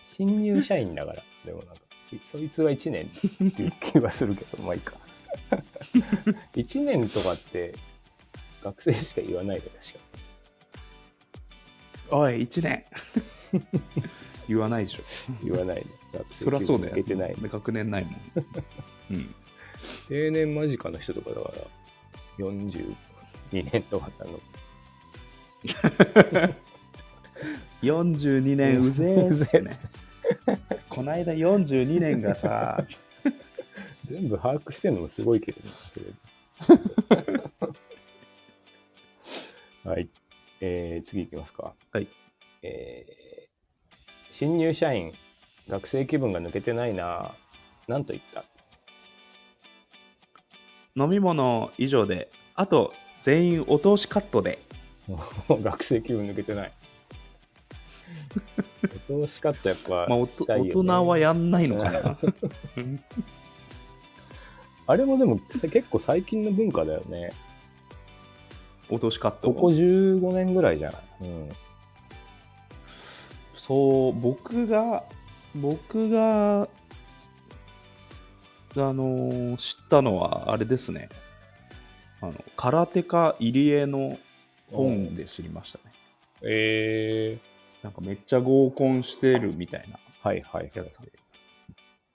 Speaker 1: 新入社員だから、でもなんか、そいつは1年っていう気はするけど、 まあいいか。1年とかって、学生しか言わないで、確か。
Speaker 2: おい、1年。 言わないでしょ。
Speaker 1: 言わないね。学生
Speaker 2: そりゃそうだよ。
Speaker 1: 受けてない。
Speaker 2: 学年ないもん。うん。
Speaker 1: 定年間近の人とかだから、42年とかなの。
Speaker 2: 42年 うぜえっすね。こないだ42年がさ、
Speaker 1: 全部把握してんのもすごいけどね、それで はい。えー次いきますか。
Speaker 2: はい。
Speaker 1: えー新入社員、学生気分が抜けてないな。なんと言った
Speaker 2: 飲み物以上で、あと全員お通しカットで。
Speaker 1: 学生気分抜けて ない。お通しカットやっぱ、
Speaker 2: まあ、おと
Speaker 1: したいよね
Speaker 2: 大人はやんないのかな。
Speaker 1: あれもでもせ結構最近の文化だよね。
Speaker 2: お通しカット
Speaker 1: ここ15年ぐらいじゃない、うん、
Speaker 2: そう僕が僕があのー知ったのはあれですねあの空手家入江の本で知りましたね
Speaker 1: え
Speaker 2: なんかめっちゃ合コンしてるみたいな
Speaker 1: ー、はいはい
Speaker 2: やつで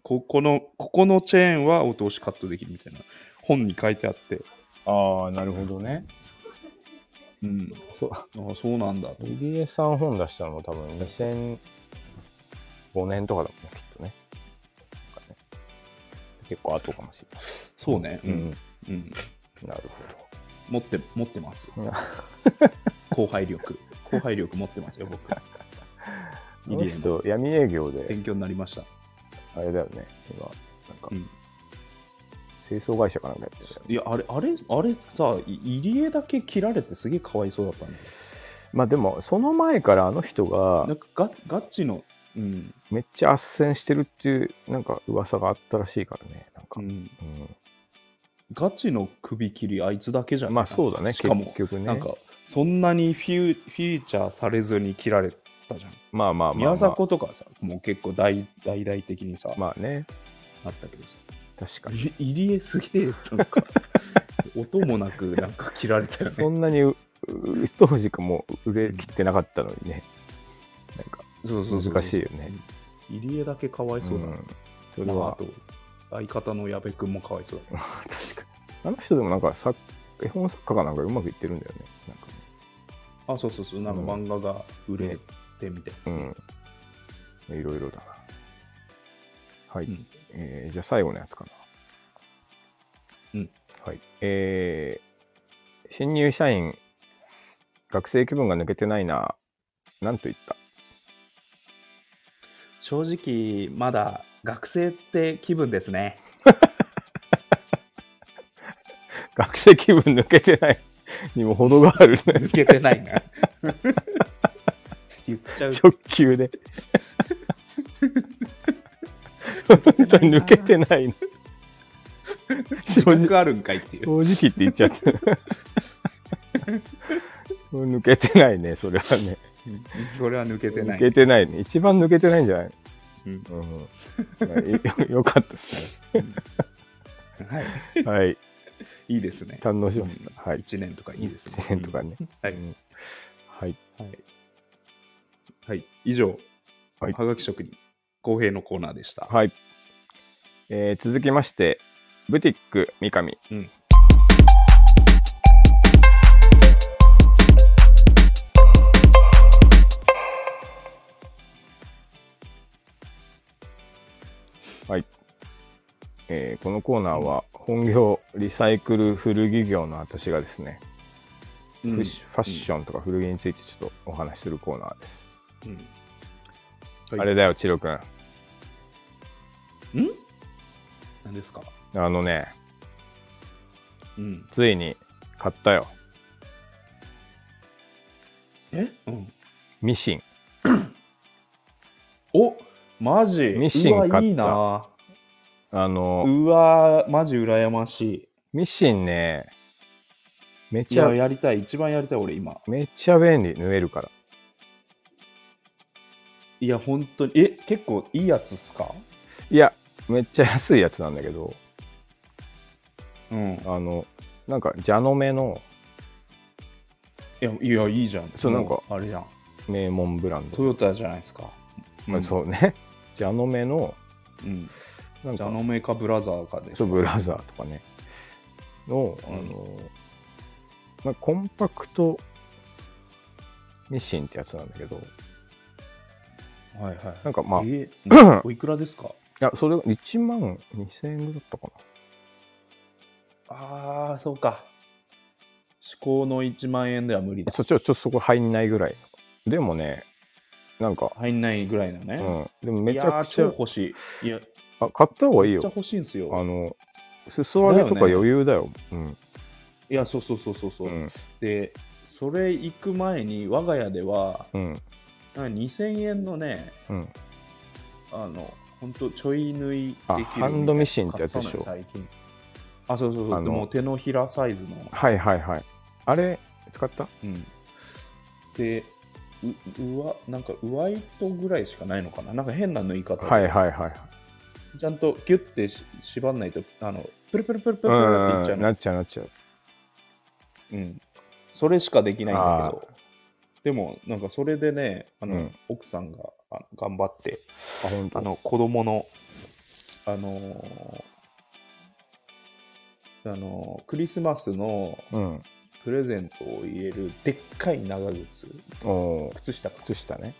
Speaker 2: ここのここのチェーンはお通しカットできるみたいな本に書いてあって
Speaker 1: ああなるほどね
Speaker 2: うん
Speaker 1: そう
Speaker 2: ああそうなんだと
Speaker 1: 入江さん本出したのも多分2005年とかだもんねきっとねなんかね結構後かもしれない
Speaker 2: そうねう、
Speaker 1: うん
Speaker 2: うん、
Speaker 1: なる
Speaker 2: 持って持ってます
Speaker 1: ほど
Speaker 2: 後輩力後輩力持ってま すよ僕
Speaker 1: この
Speaker 2: 入江の
Speaker 1: 人闇営業で
Speaker 2: 勉強になりました。
Speaker 1: あれだよね今なんか
Speaker 2: うん
Speaker 1: 清掃会社かなんかやってたよ
Speaker 2: いや、あれ、あれ、あれさ、い入江だけ切られてすげえかわいそうだったんだよ。
Speaker 1: まあでも、その前からあの人が
Speaker 2: なん、かガガチの、うん、
Speaker 1: めっちゃ斡旋してるっていう、なんか噂があったらしいからね。なん
Speaker 2: う
Speaker 1: か、
Speaker 2: ん、
Speaker 1: う
Speaker 2: ガチの首切りあいつだけじゃ
Speaker 1: ん、
Speaker 2: ん
Speaker 1: まあそうだね、
Speaker 2: しかも
Speaker 1: 結局ね。
Speaker 2: なんかそんなにフィーフィーチャーされずに切られたじゃん、
Speaker 1: まあまあまあ、まあ、
Speaker 2: 宮迫とかさもう結構大大々的にさ、
Speaker 1: まあね、
Speaker 2: あったけどさ
Speaker 1: 確かに。
Speaker 2: い入江すげえなん か音もなくなんか切られたよ
Speaker 1: そ
Speaker 2: ね
Speaker 1: んなにうう当時かもう売れ切ってなかったのにね、なんか
Speaker 2: そう
Speaker 1: 難しいよね。
Speaker 2: 入江だけかわいそうだな、
Speaker 1: んそれ
Speaker 2: まあ、あ
Speaker 1: は
Speaker 2: と、相方の矢部君もかわいそうだな
Speaker 1: あの人でもなんか作絵本作家かなんかうまくいってるんだよね。なんかね
Speaker 2: あそうそうそうなんか漫画が売れてみて、
Speaker 1: うん。いろいろだな。はい。
Speaker 2: うん
Speaker 1: えーじゃあ最後のやつかな。
Speaker 2: うん。
Speaker 1: はい。えー、新入社員、学生気分が抜けてないな。なんと言った
Speaker 2: 正直まだ学生って気分です ね
Speaker 1: 学生気分抜けてない にも程があるね。
Speaker 2: 抜けてないな言っちゃう
Speaker 1: 直球で。本当に抜けてないの。正
Speaker 2: 自
Speaker 1: 直
Speaker 2: 覚あるんかいっていう
Speaker 1: 正直って言っちゃった。抜けてないね、それはね。
Speaker 2: これは抜けてな
Speaker 1: 抜
Speaker 2: い
Speaker 1: けてないね。一番抜けてないんじゃない、
Speaker 2: うん
Speaker 1: うん、よかったです
Speaker 2: はい
Speaker 1: ね。はい。
Speaker 2: いいですね
Speaker 1: 堪能しました。はい。
Speaker 2: 1年とかいいですね
Speaker 1: 1年とかね。、
Speaker 2: はいう
Speaker 1: んはい。
Speaker 2: はいはい、以上
Speaker 1: はい
Speaker 2: はがき職人公平のコーナーでした
Speaker 1: はい。えー続きまして、ブティック三上。
Speaker 2: うん
Speaker 1: はい。えーこのコーナーは本業リサイクル古着業の私がですね、
Speaker 2: うん
Speaker 1: フィッシュファッションとか古着についてちょっとお話しするコーナーです。
Speaker 2: うんはい
Speaker 1: あれだよ、チロくん。
Speaker 2: ん何ですか
Speaker 1: あのね、
Speaker 2: うん
Speaker 1: ついに買ったよ。
Speaker 2: え、うん、
Speaker 1: ミシン。
Speaker 2: おマジ
Speaker 1: ミシン買った
Speaker 2: うわいいな
Speaker 1: あの、
Speaker 2: うわマジ羨ましい
Speaker 1: ミシンね、め
Speaker 2: い
Speaker 1: ちゃ
Speaker 2: や、やりたい。一番やりたい、俺、今。
Speaker 1: めちゃ便利、縫えるから。
Speaker 2: いや、本当に。え、結構いいやつっすか
Speaker 1: いや、めっちゃ安いやつなんだけど、
Speaker 2: うん。い
Speaker 1: あの、なんか、蛇の目の
Speaker 2: や、いやいいじゃん。
Speaker 1: そうなんか
Speaker 2: もあれじゃん。
Speaker 1: 名門ブランド。
Speaker 2: トヨタじゃないですか。
Speaker 1: まあ
Speaker 2: う
Speaker 1: そう ね。蛇の目の、
Speaker 2: ん。うん。
Speaker 1: なん
Speaker 2: ジ
Speaker 1: か
Speaker 2: ャ、ノメかブラザーかで。
Speaker 1: そうブラザーとかねの、あ
Speaker 2: うん
Speaker 1: のまあ、コンパクトミシンってやつなんだけど
Speaker 2: はいはい。
Speaker 1: なんかまあい
Speaker 2: え ーおいくらですか
Speaker 1: やそれが1万2000円ぐらいだったか
Speaker 2: ああ、そうか。至高の1万円では無理
Speaker 1: な
Speaker 2: だ。
Speaker 1: そちょちょっとそこ入んないぐらいでもねなんか、
Speaker 2: 入んないぐらいの
Speaker 1: う
Speaker 2: ね。
Speaker 1: ん、でもめ
Speaker 2: い
Speaker 1: ち
Speaker 2: や
Speaker 1: ゃ
Speaker 2: ー、
Speaker 1: くちゃ
Speaker 2: 超欲しい。いや、
Speaker 1: あ買った方がいい
Speaker 2: めっちゃ
Speaker 1: よ
Speaker 2: 欲しいんす
Speaker 1: あ
Speaker 2: よ。
Speaker 1: の裾上げとか
Speaker 2: だよね
Speaker 1: 余裕だようん
Speaker 2: いや、そうそうそうそうそうう。
Speaker 1: ん
Speaker 2: で、それ行く前に、我が家では、
Speaker 1: うん
Speaker 2: なんか2000円のね、
Speaker 1: うん
Speaker 2: あの、本当ちょい縫いできる
Speaker 1: あハンドミシンってやつでしょ
Speaker 2: 買ったのよ最近。あ、そうそうそ
Speaker 1: あ
Speaker 2: う。
Speaker 1: の
Speaker 2: でも手のひらサイズの。
Speaker 1: はいはいはいあれ使った
Speaker 2: うん。で、う、うわ、なんか上糸ぐらいしかないのかななんか変な縫い方で。
Speaker 1: はいはいはい
Speaker 2: ちゃんとギュッてし縛んないと、あの、プルプルプルプルプルっていっちゃ
Speaker 1: う
Speaker 2: うんの
Speaker 1: なっちゃうなっちゃう
Speaker 2: うん。それしかできないんだけ
Speaker 1: あ
Speaker 2: ど。でも、なんかそれでね、あの、
Speaker 1: うん
Speaker 2: 奥さんがあの頑張って、
Speaker 1: あ本
Speaker 2: あ
Speaker 1: 当
Speaker 2: の子供のあのーあのークリスマスの
Speaker 1: うん
Speaker 2: プレゼントを入れるでっかい長靴
Speaker 1: おー
Speaker 2: 靴下か
Speaker 1: 靴下ね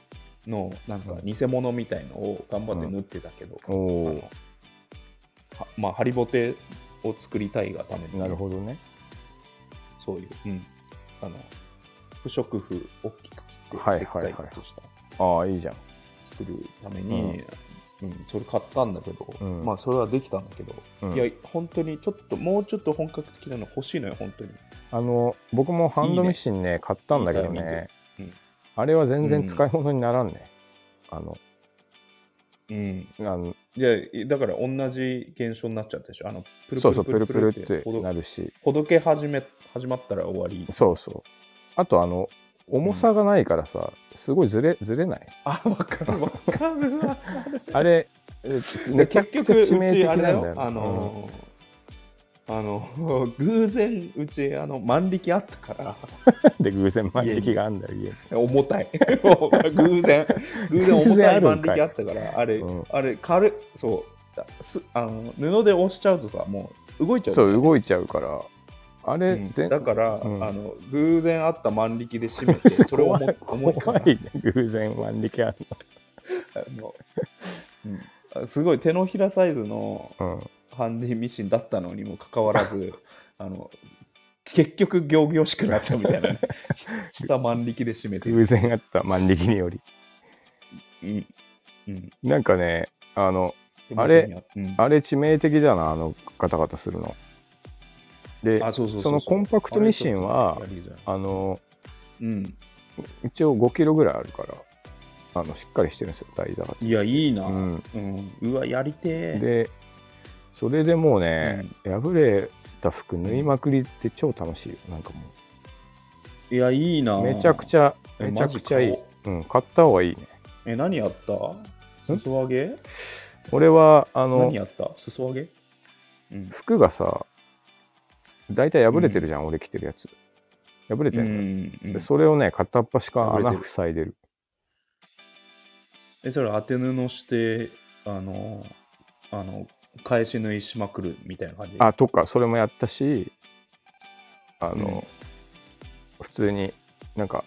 Speaker 2: のなんか偽物みたいのを頑張って縫ってたけど、
Speaker 1: お
Speaker 2: あ
Speaker 1: お
Speaker 2: のはまあハリボテを作りたいがために
Speaker 1: なるほどね
Speaker 2: そういう、うんあの不織布大きく切って
Speaker 1: はい
Speaker 2: でっ
Speaker 1: はい
Speaker 2: か
Speaker 1: はい
Speaker 2: い靴下
Speaker 1: ああいいじゃん
Speaker 2: 作るために、うん、それ買ったんだけど、
Speaker 1: うん
Speaker 2: まあそれはできたんだけど、
Speaker 1: うん
Speaker 2: いや本当にちょっともうちょっと本格的なの欲しいのよ本当に
Speaker 1: あの僕もハンドミシンね買ったんだけど
Speaker 2: いいタイミ
Speaker 1: ね、
Speaker 2: ングうん
Speaker 1: あれは全然使い物にならんね、
Speaker 2: うん
Speaker 1: あのあの
Speaker 2: いやだから同じ現象になっちゃったでしょあのプル
Speaker 1: そ
Speaker 2: プ
Speaker 1: うそ
Speaker 2: ル
Speaker 1: う
Speaker 2: プ
Speaker 1: プル
Speaker 2: ル
Speaker 1: プ
Speaker 2: プ
Speaker 1: ルっ
Speaker 2: ルって
Speaker 1: て
Speaker 2: ほど
Speaker 1: なるし
Speaker 2: ほどけ始め始まったら終わり
Speaker 1: そうそうあとあの重さがないからさすごいずれずれない
Speaker 2: あわかるわかるわ
Speaker 1: あれえめ
Speaker 2: で
Speaker 1: ちゃく
Speaker 2: 結
Speaker 1: ちゃ
Speaker 2: 局う
Speaker 1: 致命的
Speaker 2: ち
Speaker 1: な
Speaker 2: あ
Speaker 1: ん
Speaker 2: れ
Speaker 1: だ
Speaker 2: だ
Speaker 1: よね
Speaker 2: よあのーあの 偶然うちあの万力あったか
Speaker 1: うん で偶然万力があんだよ家に
Speaker 2: ら重たい 偶然偶然
Speaker 1: 偶
Speaker 2: 重
Speaker 1: 然
Speaker 2: た
Speaker 1: あ
Speaker 2: い
Speaker 1: る
Speaker 2: 万
Speaker 1: んかい
Speaker 2: 力あったからあれ、
Speaker 1: うん
Speaker 2: あれ軽いそうだすあの布で押しちゃうとさもう動いちゃう
Speaker 1: そう動いちゃうからあれ、
Speaker 2: うん
Speaker 1: 全
Speaker 2: だから、
Speaker 1: うん
Speaker 2: あの偶然あった万力で締めてそれを思っ思
Speaker 1: 怖
Speaker 2: い
Speaker 1: い
Speaker 2: っき
Speaker 1: 怖いね偶然万力ある
Speaker 2: りあのうんあすごい手のひらサイズの
Speaker 1: の、うん、
Speaker 2: ハンディミシンだったのにもかかわらず あの結局行々しくなっちゃうみたいな ね下万力で締めてる、
Speaker 1: 偶然あった万力により
Speaker 2: うんうん、
Speaker 1: なんかねあの
Speaker 2: 手元に
Speaker 1: あれ
Speaker 2: うん
Speaker 1: あれ致命的だなあのガタガタするので
Speaker 2: あそうそううう
Speaker 1: そのコンパクトミシンは
Speaker 2: あれちょっとやりづらい
Speaker 1: あの
Speaker 2: うん、
Speaker 1: 一応5キロぐらいあるからあのしっかりしてるんですよ台座が
Speaker 2: いやいいな、
Speaker 1: う
Speaker 2: うん
Speaker 1: ん、
Speaker 2: うわやりてー
Speaker 1: でそれでもうね、破れた服縫いまくりって超楽しいよなんかも
Speaker 2: いやいいな
Speaker 1: うめちゃくちゃ
Speaker 2: え
Speaker 1: めちゃくちゃいい
Speaker 2: マジ、
Speaker 1: うん、買った方がいいね
Speaker 2: え何やった裾上げ
Speaker 1: 俺はあの
Speaker 2: 何やった裾上げうん
Speaker 1: 服がさ大体破れてるじゃん、俺着てるやつ破れて
Speaker 2: う
Speaker 1: る、
Speaker 2: んうん
Speaker 1: でそれをね片っ端から
Speaker 2: 破れ
Speaker 1: 穴
Speaker 2: てる
Speaker 1: 塞いでる
Speaker 2: えそれ当て布してあのあの返し縫いしまくるみたいな感じ
Speaker 1: あとかそれもやったしあの、普通になんか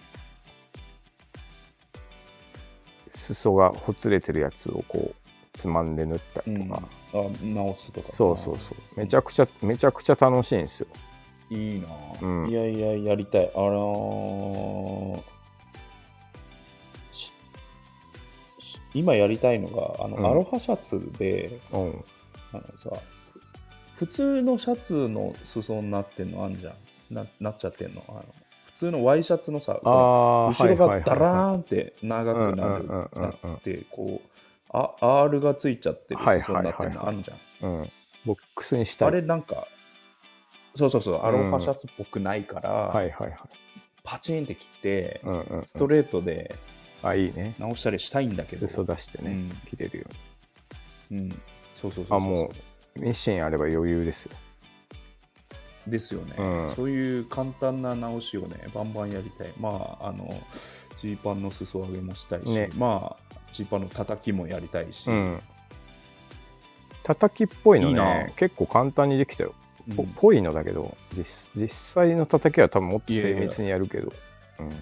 Speaker 1: 裾がほつれてるやつをこうつまんで縫った
Speaker 2: う
Speaker 1: り
Speaker 2: ん
Speaker 1: とか、
Speaker 2: あ直すとか
Speaker 1: そうそうそうめちゃくちゃめちゃくちゃ楽しいんですよ
Speaker 2: ういいな、
Speaker 1: うん
Speaker 2: いやいややりたいあのーしし今やりたいのがあの、
Speaker 1: うん
Speaker 2: アロハシャツで
Speaker 1: うん
Speaker 2: あのさふ普通のシャツの裾になってんのあんじゃんななっちゃってんのあの普通のワイシャツのさ
Speaker 1: ああ
Speaker 2: 後ろがダ
Speaker 1: ー
Speaker 2: ラーンって長くな
Speaker 1: うんうんうんうん
Speaker 2: るなってこうあ R がついちゃってる
Speaker 1: はい
Speaker 2: 裾
Speaker 1: はいはい
Speaker 2: に
Speaker 1: は
Speaker 2: ないってるのあるじゃん、
Speaker 1: うんボックスにしたい
Speaker 2: あれなんかそうそうそうアロハシャツっぽくないから、
Speaker 1: はいはいはい
Speaker 2: パチンって切って
Speaker 1: うんうんうん
Speaker 2: ストレートで
Speaker 1: あいいね
Speaker 2: 直したりしたいんだけど、
Speaker 1: 裾出して
Speaker 2: う
Speaker 1: ね
Speaker 2: ん
Speaker 1: 着れるよ
Speaker 2: うん、そうそうそうそう
Speaker 1: あもうにミシンあれば余裕ですよ
Speaker 2: ですよね、
Speaker 1: うん
Speaker 2: そういう簡単な直しをねバンバンやりたいまああのジーパンの裾上げもしたいし、
Speaker 1: ね
Speaker 2: まあジーパンの叩きもやりたいし、
Speaker 1: うん叩きっぽいの
Speaker 2: いい
Speaker 1: ね
Speaker 2: な
Speaker 1: 結構簡単にできたよ
Speaker 2: うん
Speaker 1: ぽぽいのだけど実実際の叩きは多分もっと
Speaker 2: いやい
Speaker 1: 精
Speaker 2: や
Speaker 1: 密にやるけどうん
Speaker 2: い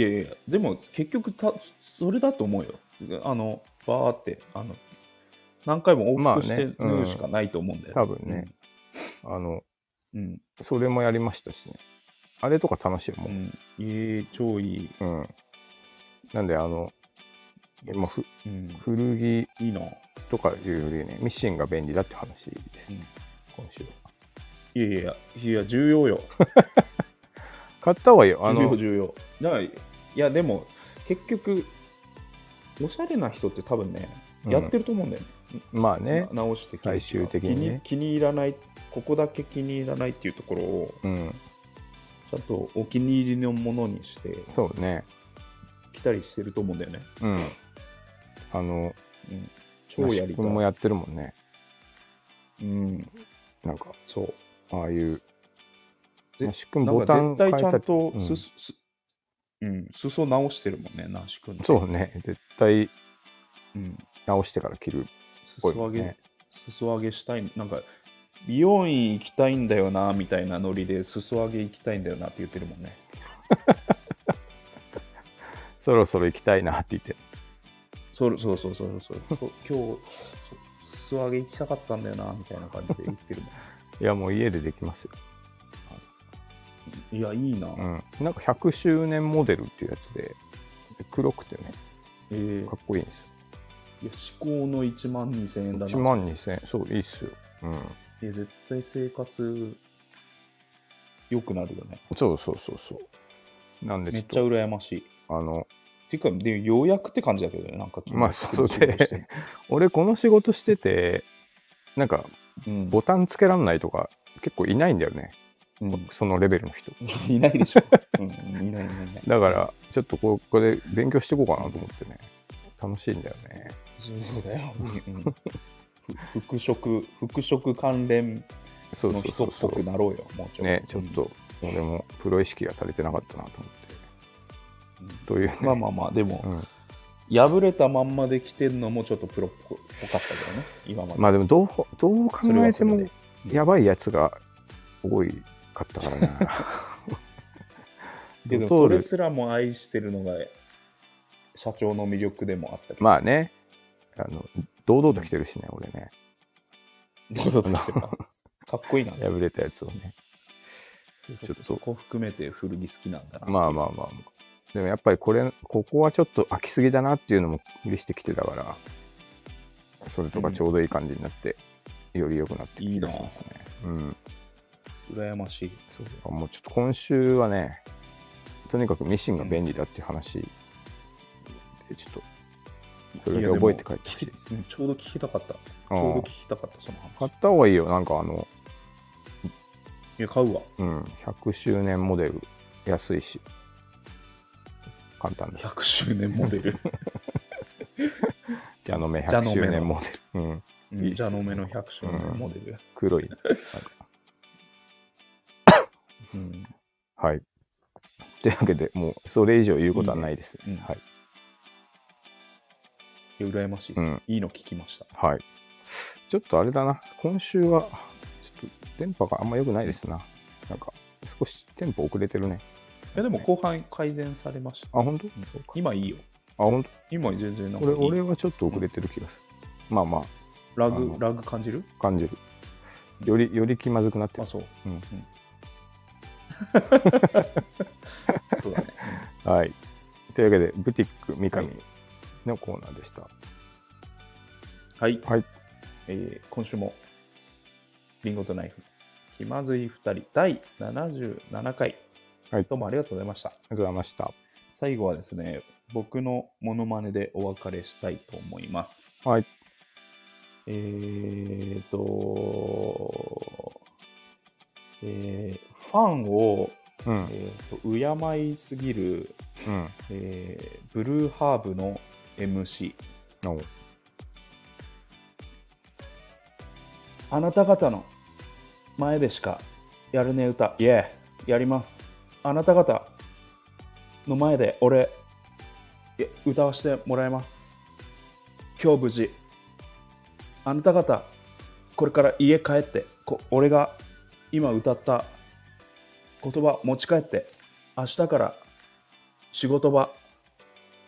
Speaker 2: やいやいやでも結局たそれだと思うよあのバーってあの何回も往復して
Speaker 1: まあねうん
Speaker 2: 縫うしかないと思うんだよ、
Speaker 1: 多分ねあの
Speaker 2: うん
Speaker 1: それもやりましたしねあれとか楽しいも
Speaker 2: うんん、えー、超いい、
Speaker 1: うん、なんであの今ふ
Speaker 2: うん、
Speaker 1: 古着
Speaker 2: いいな
Speaker 1: とかいうよりねミシンが便利だって話です、
Speaker 2: うん
Speaker 1: 今週はい
Speaker 2: やいやいや重要よ
Speaker 1: 買った方がいいよあ
Speaker 2: 重要
Speaker 1: の
Speaker 2: 重要だからいやでも結局おしゃれな人って多分ね、
Speaker 1: うん
Speaker 2: やってると思うんだよ
Speaker 1: まあ
Speaker 2: ね
Speaker 1: ね
Speaker 2: な直して
Speaker 1: 最終的にね
Speaker 2: 気に気に入らないここだけ気に入らないっていうところを
Speaker 1: うん
Speaker 2: ちゃんとお気に入りのものにして
Speaker 1: そうね
Speaker 2: 来たりしてると思うんだよね
Speaker 1: うんあの
Speaker 2: うん、超
Speaker 1: 益
Speaker 2: や
Speaker 1: 子
Speaker 2: りたい。
Speaker 1: 君もやってるもんね
Speaker 2: うん、
Speaker 1: なんか
Speaker 2: そう。
Speaker 1: ああいう
Speaker 2: ぜ
Speaker 1: 那須君
Speaker 2: なん
Speaker 1: ボ
Speaker 2: か
Speaker 1: タン
Speaker 2: 絶対ちゃん
Speaker 1: 変え
Speaker 2: と
Speaker 1: たり
Speaker 2: す、すすうん、裾直してるもんね、ナシ君。
Speaker 1: そうね絶対
Speaker 2: うん、
Speaker 1: 直してから着る
Speaker 2: 裾
Speaker 1: ぽいも
Speaker 2: 上
Speaker 1: ん
Speaker 2: げ、
Speaker 1: ね
Speaker 2: 裾上げしたい、なんか、美容院行きたいんだよな、みたいなノリで、裾上げ行きたいんだよなって言ってるもんね。
Speaker 1: そろそろ行きたいなって言って
Speaker 2: そうそうそうそうそう。 そう今日、裾上げ行きたかったんだよな、みたいな感じで言ってるも
Speaker 1: いやもう家でできますよ、
Speaker 2: ん。いや、いいな。
Speaker 1: うん、なんか100周年モデルっていうやつでで黒くてね
Speaker 2: えー
Speaker 1: かっこいいんですよ
Speaker 2: いや、至高の1万2000円だな。
Speaker 1: 1万2000円。そう、いいっすよ。うん。
Speaker 2: いや、絶対生活、良くなるよね。
Speaker 1: そうそうそうそう。なんで
Speaker 2: めっ
Speaker 1: ち
Speaker 2: ちゃ
Speaker 1: ょっ
Speaker 2: 羨ましい。
Speaker 1: と、あの、
Speaker 2: ていうか、でようやくって感じだけどね、なんか昨日
Speaker 1: まあそう
Speaker 2: 昨日して
Speaker 1: 俺この仕事してて、なんか
Speaker 2: うん、
Speaker 1: ボタンつけらんないとか結構いないんだよね。
Speaker 2: うん
Speaker 1: そのレベルの人。
Speaker 2: いないでしょ。うん、いないいないいない。
Speaker 1: だから、ちょっとここで勉強していこうかなと思ってね。楽しいんだよね。
Speaker 2: そうだよ。ふ服飾、服飾関連
Speaker 1: そうそ
Speaker 2: の
Speaker 1: う
Speaker 2: 人
Speaker 1: そう
Speaker 2: っ
Speaker 1: そ
Speaker 2: ぽ
Speaker 1: う
Speaker 2: くなろうよ、もうちょい
Speaker 1: ね、ちょっ。と、俺もプロ意識が足りてなかったなと思
Speaker 2: うん
Speaker 1: って。というね、
Speaker 2: まあまあまあ、でも、
Speaker 1: う
Speaker 2: 破れたまんまで来てんのもちょっとプロっぽかったけどね、今ま
Speaker 1: ん、
Speaker 2: で。
Speaker 1: まあでもどう、どう考
Speaker 2: それは
Speaker 1: え
Speaker 2: そ
Speaker 1: て
Speaker 2: れ
Speaker 1: も
Speaker 2: で、
Speaker 1: やばいやつが多いかったから な。
Speaker 2: けど、
Speaker 1: ドト
Speaker 2: そ
Speaker 1: ー
Speaker 2: れ
Speaker 1: ル
Speaker 2: すらも愛してるのが、社長の魅力でもあったけど。
Speaker 1: まあね、あの、堂々と来てるしね、俺ね。
Speaker 2: どうぞどうぞかっこいいな。
Speaker 1: 破れたやつをね。ちょっと
Speaker 2: ここ含めて古着好きなんだな。
Speaker 1: まあまあまあ。でもやっぱりこれ、ここはちょっと飽きすぎだなっていうのも無理してきてたから、それとかちょうどいい感じになって、より良くなってきしますね。うん。
Speaker 2: 羨ましい。
Speaker 1: そうもうちょっと今週はね、とにかくミシンが便利だっていう話で、ちょっと、それで覚えて帰ってきて
Speaker 2: いやでも聞きちょうど聞きたかった。ち
Speaker 1: あ
Speaker 2: ょうど聞
Speaker 1: ー
Speaker 2: きたかった、その話。
Speaker 1: 買った方がいいよ。なんかあの、
Speaker 2: いや、買うわ。
Speaker 1: うん、100周年モデル、安いし、簡単です。
Speaker 2: 100周年 モデル。
Speaker 1: ジャノメ
Speaker 2: ジャ
Speaker 1: 100
Speaker 2: ノ
Speaker 1: 周
Speaker 2: メの
Speaker 1: 年モデル。うん、いいっす
Speaker 2: じゃあ、飲めの100周年モデル。
Speaker 1: 黒 い。
Speaker 2: うん
Speaker 1: はい。というわけで、もうそれ以上言うことはないです。
Speaker 2: いいねうん
Speaker 1: はい。
Speaker 2: いや、羨ましいです、
Speaker 1: うん
Speaker 2: いいの聞きました。
Speaker 1: はい。ちょっとあれだな、今週は、ちょっと電波があんま良くないですな。なんか、少しテンポ遅れてるね。
Speaker 2: いや、でも後半改善されました。
Speaker 1: あ、本当？
Speaker 2: うん今いいよ。
Speaker 1: あ、本
Speaker 2: 今全然な
Speaker 1: 当。
Speaker 2: んかい
Speaker 1: 俺、
Speaker 2: い
Speaker 1: 俺はちょっと遅れてる気がする。まあま
Speaker 2: ラ
Speaker 1: あ
Speaker 2: グ
Speaker 1: の、
Speaker 2: ラグ感じる
Speaker 1: あ、感じる。より、より気まずくなって
Speaker 2: あ、
Speaker 1: る。
Speaker 2: そう。
Speaker 1: うん
Speaker 2: そうだね。
Speaker 1: はい。というわけで、ブティック三上のコーナーでした。
Speaker 2: はい、
Speaker 1: はい。
Speaker 2: えー今週も、リンゴとナイフ、気まずい2人、第77回、
Speaker 1: はい
Speaker 2: どうもありがとうございました。
Speaker 1: ありがとうございました。
Speaker 2: 最後はですね、僕のモノマネでお別れしたいと思います。
Speaker 1: はい。
Speaker 2: えーと、えーファンを、
Speaker 1: うん。うん。
Speaker 2: えーと敬いすぎる、えーブルーハーブの MC。
Speaker 1: おう
Speaker 2: あなた方の前でしかやるね歌、イエーやります。あなた方の前で俺、いや歌わせてもらいます。今日無事。あなた方、これから家帰って、こ俺が今歌った言葉持ち帰って、明日から仕事場、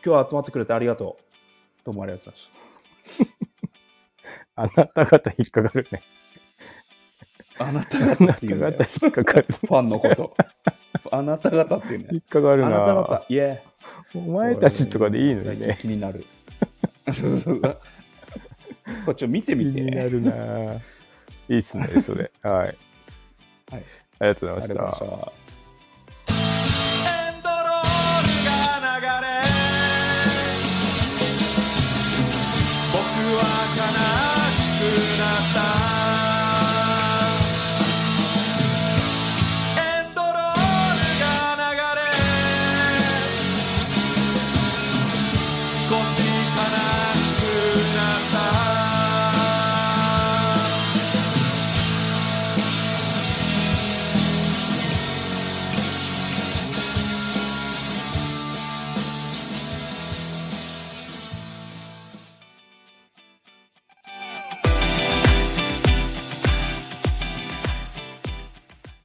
Speaker 2: 今日は集まってくれてありがとう。どうもありがとうございました。
Speaker 1: あなた方引っかかるね。
Speaker 2: あなた
Speaker 1: あ
Speaker 2: 方
Speaker 1: な
Speaker 2: ったていうんだよ
Speaker 1: 方引っかかる。
Speaker 2: ファンのこと。あなた方っていう
Speaker 1: 引
Speaker 2: ね
Speaker 1: っ。かか
Speaker 2: あ
Speaker 1: るな。
Speaker 2: なた方、イエ
Speaker 1: お
Speaker 2: ー
Speaker 1: 前たちとかでいいのに
Speaker 2: 最
Speaker 1: ね。
Speaker 2: 近気になる。そうそうそう。こっちを見て
Speaker 1: 気
Speaker 2: みて。
Speaker 1: になる な。いいっすね、それ。はい。
Speaker 2: はい
Speaker 1: ありがとうご
Speaker 2: あり
Speaker 1: ざい
Speaker 2: がと
Speaker 1: ま
Speaker 2: うご
Speaker 1: した
Speaker 2: ざい。ました。